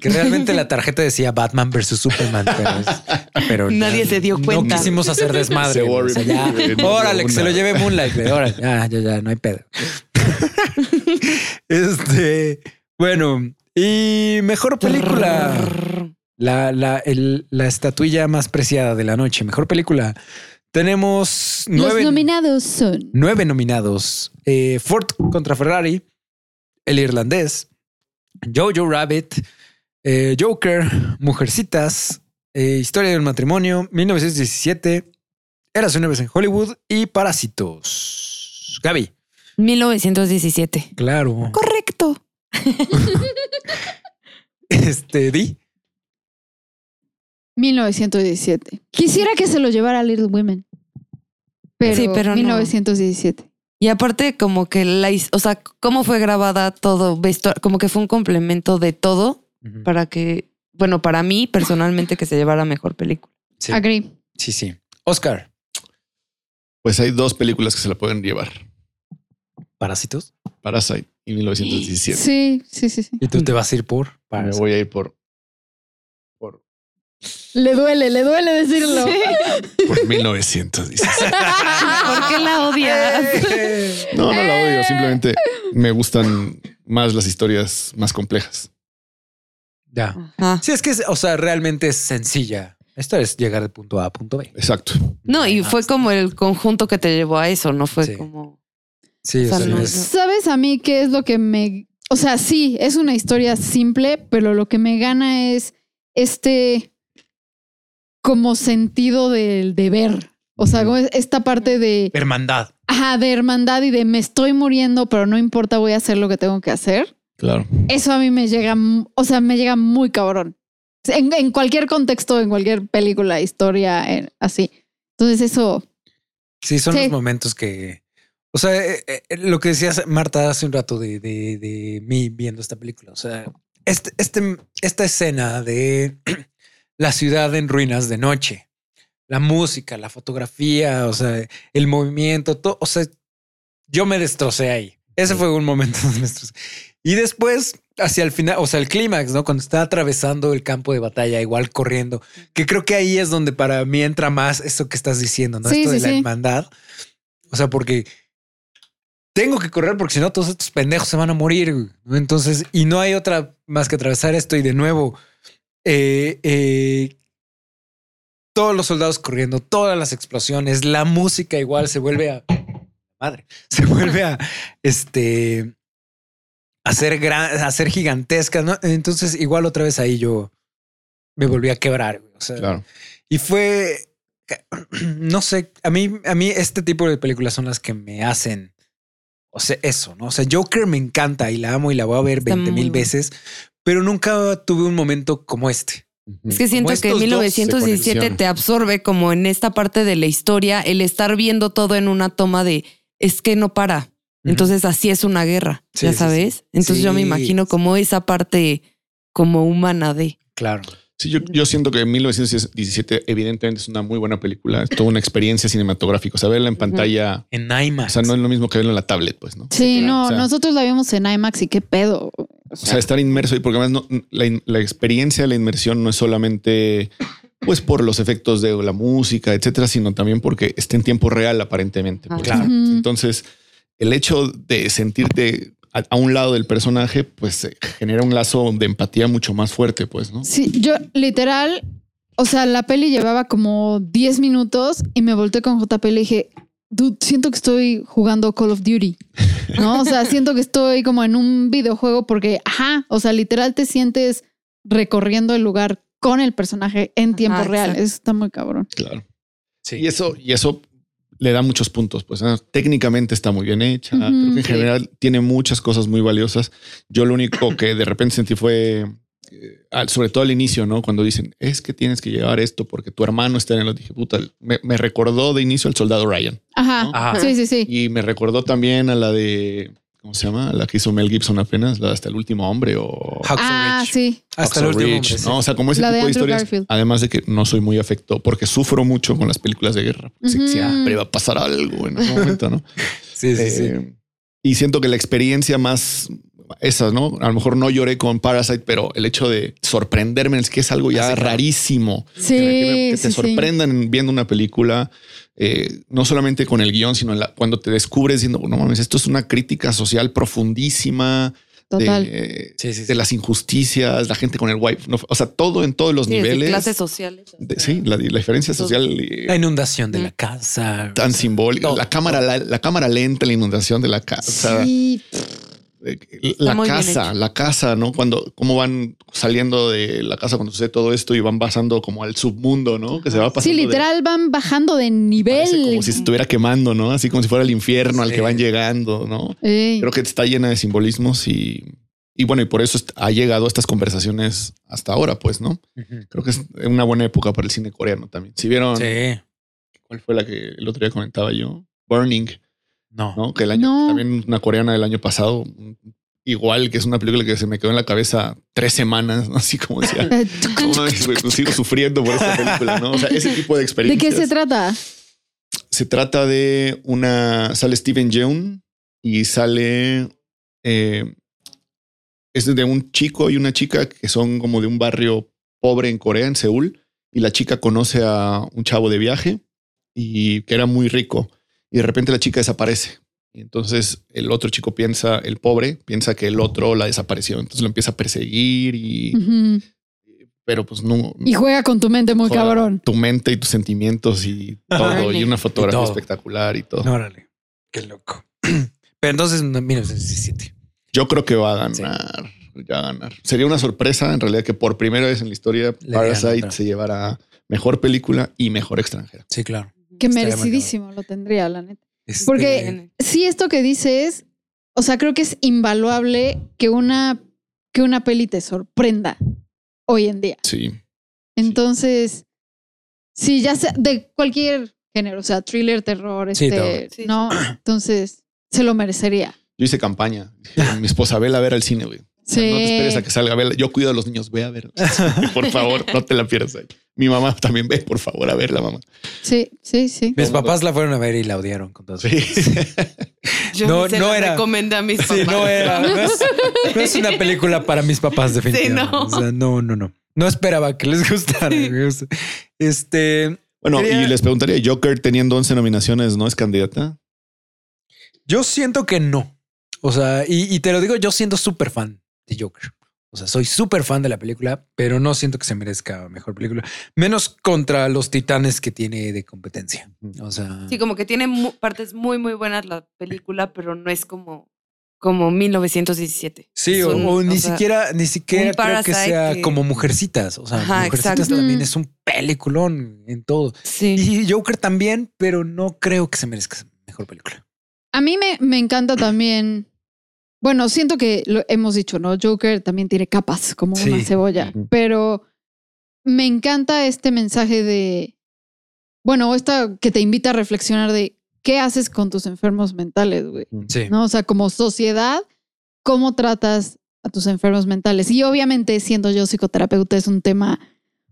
A: Que realmente la tarjeta decía Batman versus Superman, pero, es- pero
F: Nadie
A: ya
F: se dio cuenta.
A: No quisimos hacer desmadre.
E: Se
A: güey. O sea, ya,
E: borró.
A: órale, que se lo lleve Moonlight. güey, Órale, ya, ya, ya, no hay pedo. Este, bueno, y mejor película. La, la, el- la estatuilla más preciada de la noche. Mejor película. Tenemos nueve,
B: Los nominados son
A: nueve nominados. Eh, Ford contra Ferrari, El Irlandés, Jojo Rabbit, eh, Joker, Mujercitas, eh, Historia del Matrimonio, 1917, Eras una vez en Hollywood y Parásitos. Gaby.
D: 1917.
A: Claro.
D: Correcto.
A: Este, Di.
B: 1917. Quisiera que se lo llevara Little Women. Pero,
D: Sí, pero no.
B: 1917.
D: Y aparte, como que la, his- o sea, cómo fue grabada todo, vestu- como que fue un complemento de todo para que, bueno, para mí personalmente que se llevara mejor película.
A: Sí,
B: Agree.
A: sí, sí. Oscar.
E: Pues hay dos películas que se la pueden llevar.
A: Parásitos.
E: Parasite y 1917.
B: Sí, sí, sí, sí.
A: Y tú te vas a ir por
E: Me
A: Parásitos.
E: voy a ir por, por,
B: Le duele, le duele decirlo.
E: por 1917.
F: ¿Por qué la odias?
E: No, no la odio. Simplemente me gustan más las historias más complejas.
A: Ya.
D: Ajá.
A: Sí, es que, es, o sea, realmente es sencilla. Esto es llegar de punto A a punto B.
E: Exacto.
D: No, y
A: Ah,
D: fue como el conjunto que te llevó a eso, no fue
A: Sí.
D: como
A: Sí, o
D: o sea,
A: sea,
D: no,
A: es-
B: ¿Sabes a mí qué es lo que me... O sea, sí, es una historia simple, pero lo que me gana es este como sentido del deber. O sea, como esta parte de,
A: hermandad.
B: ajá, de hermandad y de me estoy muriendo, pero no importa, voy a hacer lo que tengo que hacer.
E: Claro.
B: Eso a mí me llega, m- o sea, me llega muy cabrón. En, en cualquier contexto, en cualquier película, historia, en- así. Entonces eso,
A: Sí, son
B: Sí.
A: los momentos que. O sea, eh, eh, lo que decías Marta hace un rato de, de- de mí viendo esta película. O sea, este, este- esta escena de la ciudad en ruinas de noche, la música, la fotografía, o sea, el movimiento, todo. O sea, yo me destrocé ahí. Ese fue un momento donde me destrocé. Y después, hacia el final, o sea, el clímax, ¿no? Cuando está atravesando el campo de batalla, igual corriendo, que creo que ahí es donde para mí entra más eso que estás diciendo, ¿no?
B: Sí,
A: Esto de
B: sí,
A: la
B: sí.
A: hermandad. O sea, porque tengo que correr porque si no, todos estos pendejos se van a morir. güey, ¿no? Entonces, y no hay otra más que atravesar esto. Y de nuevo, eh, eh, todos los soldados corriendo, todas las explosiones, la música igual se vuelve a. Madre, se vuelve a este hacer gran, hacer gigantescas, ¿no? Entonces, igual otra vez ahí yo me volví a quebrar. güey. O sea,
E: Claro.
A: y fue, no sé, a mí, a mí este tipo de películas son las que me hacen, o sea, eso, ¿no? O sea, Joker me encanta y la amo y la voy a ver
D: Está
A: 20
D: muy
A: mil
D: buena.
A: veces, pero nunca tuve un momento como este.
D: Es que siento
E: estos
D: que
E: dos se
D: 1917
E: conexionan.
D: te absorbe como en esta parte de la historia, el estar viendo todo en una toma de es que no para. Entonces así es una guerra,
A: Sí,
D: ya
A: sí,
D: sabes. Entonces yo me
A: Sí.
D: imagino como esa parte como humana de
A: Claro.
E: Sí, yo, yo siento que 1917 evidentemente es una muy buena película. Es toda una experiencia cinematográfica. O sea, verla en pantalla,
A: En
E: o
A: IMAX.
E: sea, no es lo mismo que verla en la tablet, pues, ¿no?
B: sí, no,
E: O sea-
B: nosotros la vimos en IMAX y qué pedo.
E: O sea, estar inmerso y porque además no- la, in- la experiencia de la inmersión no es solamente pues por los efectos de la música, etcétera, sino también porque está en tiempo real aparentemente.
D: Ah,
E: por
A: claro.
E: ejemplo.
B: Ujú.
E: Entonces, el hecho de sentirte a, a un lado del personaje, pues eh, genera un lazo de empatía mucho más fuerte, pues, ¿no?
B: Sí, yo literal, o sea, la peli llevaba como 10 minutos y me volteé con JP y le dije, dude, siento que estoy jugando Call of Duty, ¿no? O sea, siento que estoy como en un videojuego porque, ajá, o sea, literal te sientes recorriendo el lugar con el personaje en tiempo
D: Ajá,
B: real.
D: exacto.
B: Eso está muy cabrón.
E: Claro.
A: Sí.
E: Y eso, y eso le da muchos puntos, pues ¿no? técnicamente está muy bien hecha.
B: Ujú.
E: Creo que en
D: Sí.
E: general tiene muchas cosas muy valiosas. Yo lo único que de repente sentí fue, eh, al- sobre todo al inicio, ¿no? Cuando dicen, es que tienes que llevar esto porque tu hermano está en el... Dije, puta, me, me recordó de inicio al soldado Ryan.
B: Ajá.
A: Ajá.
B: Sí, sí, sí.
E: Ah, Y me recordó también a la de, ¿cómo se llama? La que hizo Mel Gibson apenas, la de hasta el último hombre o...
A: Hacksaw
B: Ah,
A: Ridge.
B: sí.
A: Hasta el
E: Hacksaw
A: último
E: Ridge,
A: hombre, sí.
E: ¿no? O sea, como ese
B: La de
E: tipo de
B: Andrew
E: historias.
B: Garfield.
E: Además de que no soy muy afecto porque sufro mucho con las películas de guerra. porque sé que
B: Ujú.
E: Siempre va a pasar algo en algún momento, ¿no?
A: Sí, sí, sí.
E: Eh, Y siento que la experiencia más esa, ¿no? A lo mejor no lloré con Parasite, pero el hecho de sorprenderme es que es algo ya
A: Ah, sí, claro.
E: rarísimo.
B: Sí,
E: en el que, me- que
B: sí,
E: te
B: sí.
E: sorprendan viendo una película, eh, no solamente con el guión, sino en la- cuando te descubres diciendo, no mames, esto es una crítica social profundísima de,
B: Total.
E: eh,
A: Sí, sí, sí.
E: de las injusticias, la gente con el wife, no, o sea, todo en todos los
D: Sí, desde
E: niveles.
D: clases sociales. este,
E: De- sí, la, la diferencia social eh,
A: La inundación de la
D: Mm.
A: casa.
E: tan simbólica,
A: Todo.
E: la cámara, la, la cámara lenta, la inundación de la casa,
B: Sí,
E: eh, la
D: muy bien
E: casa,
D: hecho.
E: la casa, ¿no? Cuando, cómo van saliendo de la casa cuando sucede todo esto y van pasando como al submundo, ¿no? Que se va pasando.
B: sí,
E: de-
B: literal van bajando de
E: parece
B: nivel.
E: como si se estuviera quemando, ¿no? Así como si fuera el infierno al
A: Sí.
E: que van llegando, ¿no?
B: Ey.
E: Creo que está llena de simbolismos y, y bueno, y por eso est- ha llegado a estas conversaciones hasta ahora, pues, ¿no?
A: Ujú.
E: Creo que es una buena época para el cine coreano también. Si vieron
A: Sí.
E: cuál fue la que el otro día comentaba yo, Burning,
A: No.
E: ¿no? Que el año,
B: No.
E: también una coreana del año pasado, igual que es una película que se me quedó en la cabeza tres semanas, ¿no? así como decía.
B: Eh,
E: No mames, güey, pues sigo sufriendo por esta película, ¿no? O sea, ese tipo de
B: ¿De
E: experiencias.
B: qué se trata?
E: Se trata de una. Sale Steven Yeun y sale. eh, es de un chico y una chica que son como de un barrio pobre en Corea, en Seúl. Y la chica conoce a un chavo de viaje y que era muy rico. Y de repente la chica desaparece. Y entonces el otro chico piensa, el pobre, piensa que el otro la desapareció. Entonces lo empieza a perseguir y.
B: Ujú.
E: Pero pues no.
B: Y juega con tu mente muy
E: Joder,
B: cabrón.
E: Tu mente y tus sentimientos y todo. y una fotografía
A: Y todo.
E: espectacular y todo.
A: Órale. Qué loco. Pero entonces, no, 1917.
E: Yo creo que va a ganar. Ya va a ganar. Sería una sorpresa en realidad que por primera vez en la historia
A: Le
E: Parasite
A: dieran otra.
E: se llevara mejor película y mejor extranjera.
A: Sí, claro.
B: Que
A: Estaría
B: merecidísimo lo tendría, la neta.
A: Este,
B: Porque- Sí, esto que dices, o sea, creo que es invaluable que una, que una peli te sorprenda hoy en día.
E: Sí.
B: Entonces, sí, ya sea de cualquier género, o sea, thriller, terror,
A: Sí,
B: este,
D: todo.
B: ¿no? Entonces, se lo merecería.
E: Yo hice campaña. Dije, mi esposa, vela a ver al cine, güey. O sea,
B: Sí.
E: No te esperes a que salga. Vela. Yo cuido a los niños. Ve a ver. Por favor, no te la pierdas. ahí. Mi mamá también ve, por favor, a ver la mamá.
B: Sí, sí, sí.
A: Mis papás la fueron a ver y la odiaron con todo.
E: Sí.
F: Yo
A: No,
F: se
A: no
F: la
A: era.
F: recomendé a mis
A: Sí,
F: papás.
A: no era. No es, no es una película para mis papás, definitivamente.
F: no.
A: no. O sea, no, no, no. No esperaba que les gustara. güey. Este,
E: Bueno,
A: Quería-
E: y les preguntaría, Joker teniendo 11 nominaciones, ¿no es candidata?
A: yo siento que no. O sea, y, y te lo digo, yo siento súper fan de Joker. O sea, soy súper fan de la película, pero no siento que se merezca mejor película. Menos contra los titanes que tiene de competencia. O sea,
D: Sí, como que tiene mu- partes muy, muy buenas la película, pero no es como, como 1917.
A: Sí,
D: Es
A: o,
D: un-
A: o ni
D: sea,
A: siquiera, ni siquiera
D: un
A: creo que
D: Parasite
A: sea
D: que-
A: como Mujercitas. O sea,
D: Ajá,
A: Mujercitas
D: exacto.
A: también
B: Mm.
A: es un peliculón en todo.
D: Sí.
A: Y Joker también, pero no creo que se merezca mejor película.
B: A mí me, me encanta también. Bueno, siento que lo hemos dicho, ¿no? Joker también tiene capas, como una
A: Sí.
B: cebolla.
E: Ujú.
B: Pero me encanta este mensaje de. Bueno, esta que te invita a reflexionar de qué haces con tus enfermos mentales, güey.
A: Sí.
B: ¿No? O sea, como sociedad, ¿cómo tratas a tus enfermos mentales? Y obviamente, siendo yo psicoterapeuta, es un tema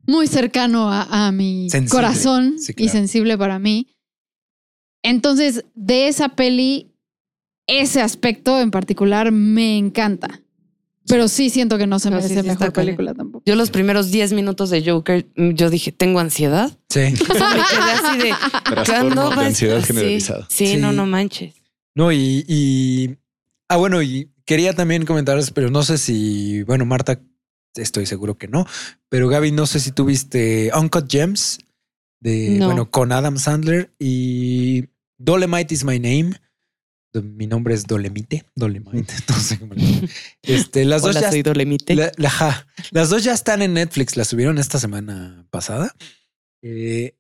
B: muy cercano a, a mi
A: Sensible.
B: corazón
A: Sí,
B: y
A: claro.
B: sensible para mí. Entonces, de esa peli, ese aspecto en particular me encanta. Pero sí siento que no se
D: No, sí,
B: merece
D: sí, está
B: mejor
D: cañón.
B: película tampoco.
D: Yo los primeros 10 minutos de Joker, mm, yo dije, tengo ansiedad.
A: Sí.
D: O sea, me quedé así de, Ah, ¿cuándo
E: Trastorno de
D: va a-
E: ansiedad
D: sí,
E: generalizada.
D: Sí,
A: Sí.
D: no, no manches.
A: No, y, y- Ah, bueno, y quería también comentarles, pero no sé si. Bueno, Marta, estoy seguro que no. Pero Gaby, no sé si tuviste Uncut Gems, de,
D: No.
A: bueno, con Adam Sandler y Dolemite is my name. Do- Mi nombre es Dolemite. Dolemite. No sé cómo le- Este, las dos
F: Hola,
A: ya.
F: soy Dolemite.
A: la- la- ajá. las dos ya están en Netflix. Las subieron esta semana pasada. Eh,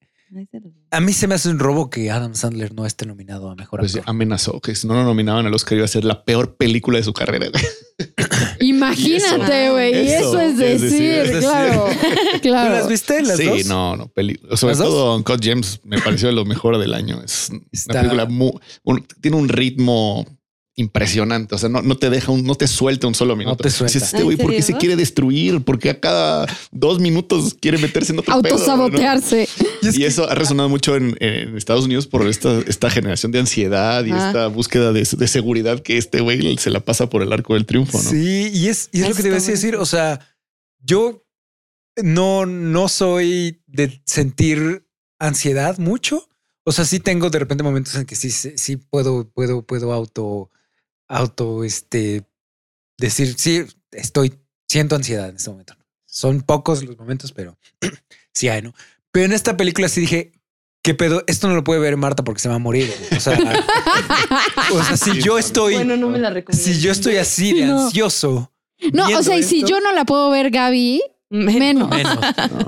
A: a mí se me hace un robo que Adam Sandler no esté nominado a mejor
E: Pues
A: actor.
E: amenazó que si no lo nominaban al Oscar iba a ser la peor película de su carrera. güey.
B: Imagínate, güey. Y
E: eso,
B: eso es
E: es decir,
B: decir,
E: es decir.
B: claro.
A: ¿Tú
B: claro.
A: las viste las
E: sí,
A: dos?
E: no, no. peli- Sobre
A: ¿Las dos?
E: todo Uncut Gems me pareció de lo mejor del año. Es una
A: Está-
E: película muy, un- tiene un ritmo impresionante. O sea, no, no te deja un, no te suelta un solo minuto.
A: te suelta.
E: Dices, este güey,
D: ¿En
E: ¿por qué se
D: serio?
E: quiere destruir? Porque a cada dos minutos quiere meterse en otro pedo, ¿no?
B: Autosabotearse.
A: Y es
E: Y
A: que-
E: eso ha resonado mucho en, en Estados Unidos por esta, esta generación de ansiedad y
D: Ah.
E: esta búsqueda de, de seguridad que este güey se la pasa por el arco del triunfo, ¿no?
A: Sí, y es, y es lo que te iba a
D: Está
A: decir.
D: bueno.
A: O sea, yo no, no soy de sentir ansiedad mucho. O sea, sí tengo de repente momentos en que sí, sí sí puedo, puedo, puedo auto, auto, este, decir, sí, estoy, siento ansiedad en este momento. Son pocos los momentos, pero sí hay, ¿no? Pero en esta película sí dije, qué pedo, esto no lo puede ver Marta porque se va a morir. O sea, o sea si yo estoy,
D: no me la recomiendo.
A: si yo estoy así de
B: No.
A: ansioso.
B: No, o
A: viendo
B: sea, y si
A: esto-
B: yo no la puedo ver, Gaby, menos.
A: Menos.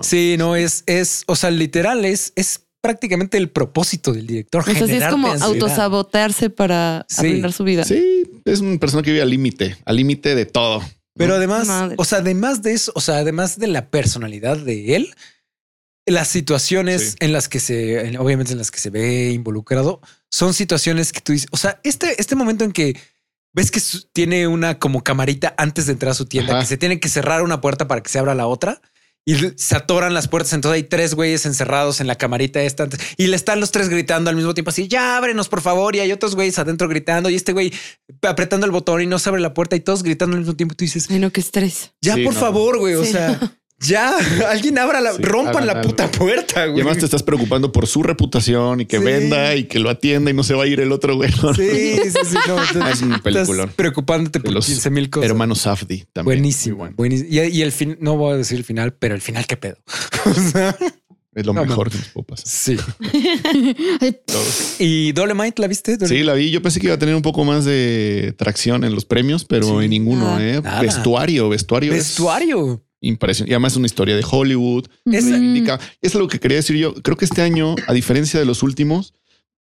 A: Sí, no, es, es, o sea, literal, es, es prácticamente el propósito del director.
D: O sea, sí es
A: generarte
D: como
A: ansiedad.
D: autosabotearse para
A: Sí.
D: arruinar su vida.
E: Sí, es una persona que vive al límite, al límite de todo.
A: Pero además,
D: Madre.
A: o sea, además de eso, o sea, además de la personalidad de él, las situaciones
E: Sí.
A: en las que se, en- obviamente en las que se ve involucrado, son situaciones que tú dices, o sea, este, este momento en que ves que su- tiene una como camarita antes de entrar a su tienda,
E: Ajá.
A: que se tiene que cerrar una puerta para que se abra la otra. Y l- se atoran las puertas, entonces hay tres güeyes encerrados en la camarita esta. antes, Y le están los tres gritando al mismo tiempo así, ya ábrenos por favor. Y hay otros güeyes adentro gritando. Y este güey apretando el botón y no se abre la puerta y todos gritando al mismo tiempo. Y tú dices,
D: Ay, no, qué estrés.
A: ya,
E: Sí,
A: por
E: no.
A: favor, güey. O
D: Sí,
A: sea, ya alguien abra la,
E: Sí,
A: rompan
E: hagan
A: la
E: algo.
A: puta puerta,
E: Y
A: güey.
E: además te estás preocupando por su reputación y que
A: Sí.
E: venda y que lo atienda y no se va a ir el otro güey. ¿no?
A: Sí, sí, sí. No, te-
E: Es un peliculón.
A: Estás preocupándote por
E: Los
A: 15 mil cosas.
E: Hermano Safdi también.
A: Buenísimo,
E: Muy bueno.
A: buenísimo. Y, y el fin, no voy a decir el final, pero el final, qué pedo. O sea,
E: Es lo
A: No,
E: mejor que nos puede pasar.
A: sí.
B: Ay,
E: Todos.
A: ¿Y Dolemite la viste?
E: Sí, la vi. Yo pensé que iba a tener un poco más de tracción en los premios, pero
A: Sí.
E: en ninguno,
D: Nada.
E: ¿eh?
A: Nada.
E: Vestuario, vestuario. es
A: Vestuario.
E: Impresionante. Y además es una historia de Hollywood.
A: Esa-
B: mm,
E: reivindica. Es lo que quería decir yo. Creo que este año, a diferencia de los últimos,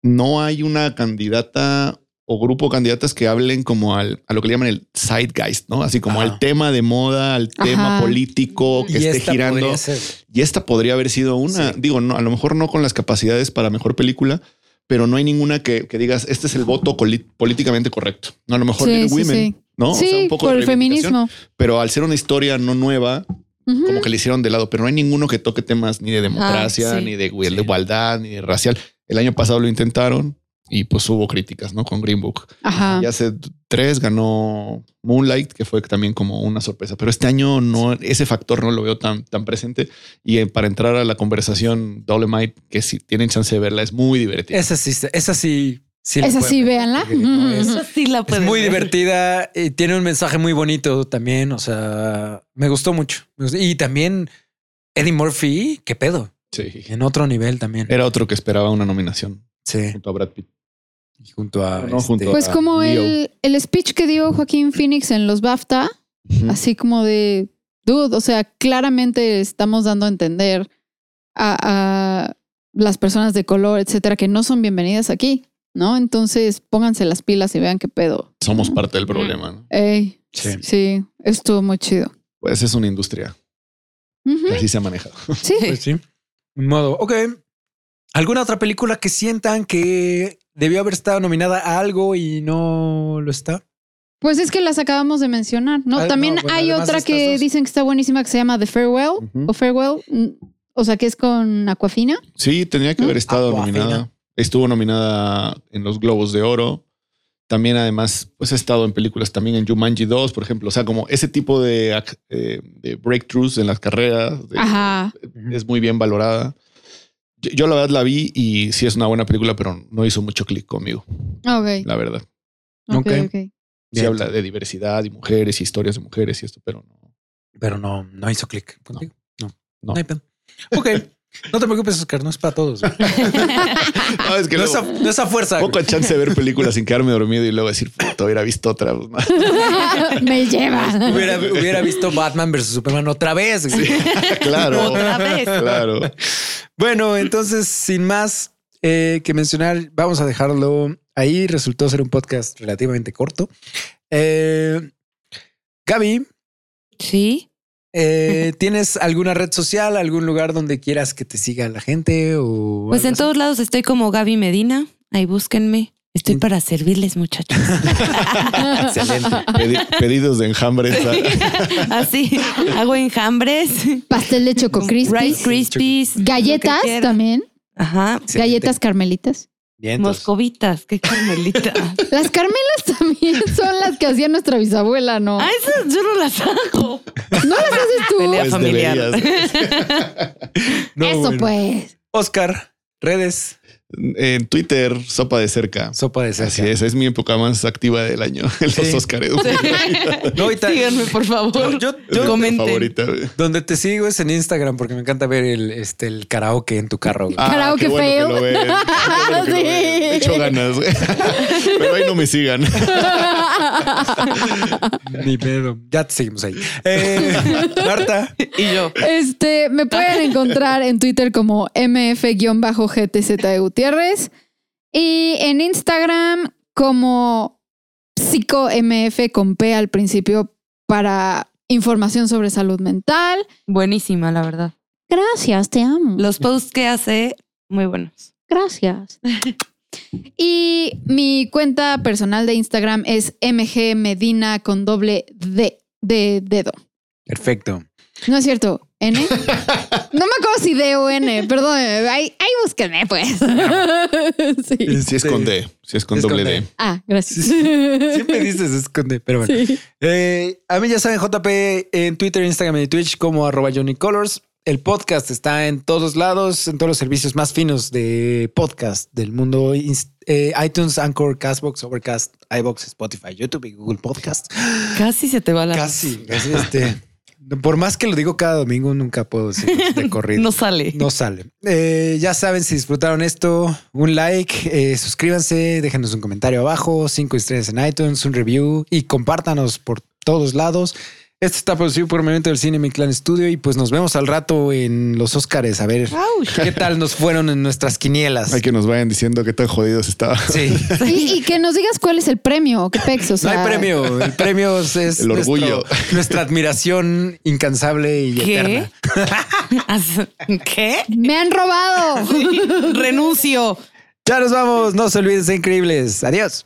E: no hay una candidata o grupo de candidatas que hablen como al, a lo que le llaman el zeitgeist, ¿no? Así como
A: Ajá.
E: al tema de moda, al tema
B: Ajá.
E: político que
A: y
E: esté
A: esta
E: girando.
A: podría ser.
E: Y esta podría haber sido una,
A: Sí.
E: digo, no, a lo mejor no con las capacidades para mejor película, pero no hay ninguna que, que digas, este es el voto coli- políticamente correcto. No, a lo mejor
B: Sí,
E: Little
B: sí,
E: Women,
B: sí.
E: ¿no? O
B: sí,
E: sea, un poco
B: por
E: de
B: el
E: reivindicación,
B: feminismo.
E: Pero al ser una historia no nueva,
B: Ujú.
E: como que le hicieron de lado, pero no hay ninguno que toque temas ni de democracia,
D: Ajá, sí.
E: ni de igual- de igualdad, ni de racial. El año pasado lo intentaron y pues hubo críticas, ¿no? Con Green Book.
B: Ajá.
E: Y hace tres ganó Moonlight, que fue también como una sorpresa, pero este año no, ese factor no lo veo tan, tan presente. Y eh, para entrar a la conversación, Dolemite, que si tienen chance de verla, es muy divertida.
A: Esa sí, está- esa sí. sí la
B: Esa
A: pueden
B: sí,
A: ver.
B: véanla.
A: Porque no es-
D: Esa sí la
A: Es
D: pueden
A: muy
D: ver.
A: divertida y tiene un mensaje muy bonito también. O sea, me gustó mucho. Me gustó- Y también Eddie Murphy, qué pedo.
E: Sí.
A: En otro nivel también.
E: Era otro que esperaba una nominación
A: Sí.
E: junto a Brad Pitt.
A: Y junto a. este
E: No, junto
B: Pues
E: Ah,
B: como
E: Leo.
B: el, el speech que dio Joaquín Phoenix en los BAFTA,
E: Ah,
B: así como de, dude, o sea, claramente estamos dando a entender a, a las personas de color, etcétera, que no son bienvenidas aquí, ¿no? Entonces pónganse las pilas y vean qué pedo.
E: Somos parte del problema. ¿no?
B: Ey,
A: Sí.
B: sí, estuvo muy chido.
E: Pues es una industria.
B: Ujú,
E: Así se ha manejado.
B: Sí.
A: Pues sí. Ni modo. Ok. ¿Alguna otra película que sientan que debió haber estado nominada a algo y no lo está?
B: Pues es que las acabamos de mencionar, ¿no?
A: Ah,
B: También
A: no, bueno,
B: hay
A: además
B: otra
A: estas
B: que
A: dos.
B: dicen que está buenísima que se llama The Farewell
E: Ujú.
B: o Farewell, mm, o sea, que es con Aquafina.
E: Sí, tenía que
B: ¿No?
E: haber estado
A: Aquafina.
E: nominada. Estuvo nominada en los Globos de Oro. También además, pues he estado en películas también en Jumanji 2, por ejemplo. O sea, como ese tipo de, ac- eh, de breakthroughs en las carreras de-
B: Ajá.
E: es muy bien valorada. Yo, yo la verdad la vi y sí es una buena película, pero no hizo mucho clic conmigo,
B: Ok.
E: la verdad.
B: Ok.
A: Ok.
B: ok.
E: Se
A: Bien.
E: habla de diversidad y mujeres y historias de mujeres y esto, pero no.
A: Pero no, no hizo clic contigo. No, no,
E: No.
A: hay pedo. Ok. No te preocupes, Oscar, no es para todos. güey.
E: No, es que
A: Ah, No
E: luego-
A: es a, no es a fuerza. güey.
E: poco chance de ver películas sin quedarme dormido y luego decir, puta, hubiera visto otra. Pues, no.
B: Me llevas.
A: Hubiera, hubiera visto Batman versus Superman otra vez. güey.
E: claro.
F: Otra vez.
E: Claro.
A: Bueno, entonces, sin más eh, que mencionar, vamos a dejarlo ahí. Resultó ser un podcast relativamente corto. Eh, Gaby,
D: Sí.
A: eh, ¿tienes alguna red social, algún lugar donde quieras que te siga la gente? O
D: Pues
A: algo
D: en
A: así?
D: todos lados estoy como Gaby Medina. Ahí búsquenme. Estoy
A: Sí.
D: para servirles, muchachos.
A: Excelente.
E: Pedi- pedidos de enjambre.
D: Así hago enjambres,
B: Pastel de Choco Crispy.
D: Rice Krispies,
B: Galletas
D: lo que quieran.
B: también.
D: Ajá,
B: Galletas carmelitas.
A: Bien, entonces.
D: moscovitas, qué carmelita.
B: Las carmelas también son las que hacía nuestra bisabuela, ¿no?
D: Ah, esas yo no las hago.
B: ¿No las haces tú?
D: Pelea familiar.
E: pues, deberías.
A: No,
B: Eso
A: bueno.
B: pues.
A: Oscar, redes,
E: En Twitter, sopa de cerca.
A: sopa de
E: Así
A: cerca.
E: es, es mi época más activa del año en los
A: Sí.
E: Óscares.
A: No, y ta-
F: Síganme, por favor.
A: yo-
E: Es mi
A: yo-
F: Comenten.
E: favorita.
A: donde te sigo es en Instagram porque me encanta ver el, este, el karaoke en tu carro. güey.
E: Ah,
B: Karaoke
E: qué bueno que lo
B: fail.
E: ven. Qué bueno que lo
B: Sí.
E: ven. Le Echo ganas. Pero ahí no me sigan.
B: pues.
A: Ni pedo. Ya te seguimos ahí. Eh, Marta,
F: Y yo.
B: Este, me pueden encontrar en Twitter como mf-gtz de E Gutiérrez y en Instagram como psicomf con p al principio para información sobre salud mental.
D: Buenísima, la verdad.
B: Gracias, te amo.
D: Los posts que hace, muy buenos.
B: Gracias. Y mi cuenta personal de Instagram es mgmedina con doble D de dedo.
A: perfecto.
B: No es cierto, N. No me acuerdo si D o N, perdón, ahí, ahí búsquenme pues. Sí.
E: Si es con D, si es
A: Este,
E: con
A: Es con
E: doble
A: D.
E: D.
B: Ah, gracias.
A: Siempre dices esconde, pero bueno.
B: Sí.
A: Eh, a mí ya saben, JP en Twitter, Instagram y Twitch como arroba Johnny Colors. El podcast está en todos lados, en todos los servicios más finos de podcast del mundo. Ins- eh, iTunes, Anchor, Castbox, Overcast, iBox, Spotify, YouTube y Google Podcast.
D: Casi se te va la.
A: Casi, casi este. Por más que lo digo cada domingo, nunca puedo decir de corrido.
D: No sale.
A: No sale. Eh, ya saben, si disfrutaron esto, un like, eh, suscríbanse, déjenos un comentario abajo, cinco estrellas en iTunes, un review y compártanos por todos lados. Esto está producido por Momento del Cine, mi clan estudio, y pues nos vemos al rato en los Óscares a ver qué tal nos fueron en nuestras quinielas.
E: Hay que nos vayan diciendo qué tan jodidos estaba.
A: Sí,
B: Y, y que nos digas cuál es el premio, qué pex, o
A: no
B: sea.
A: hay premio. El premio es es
E: El orgullo.
A: nuestro- nuestra admiración incansable y
D: ¿Qué?
A: eterna.
D: ¿Qué?
B: Me han robado.
F: Renuncio.
A: Ya nos vamos, no se olviden, ser increíbles. Adiós.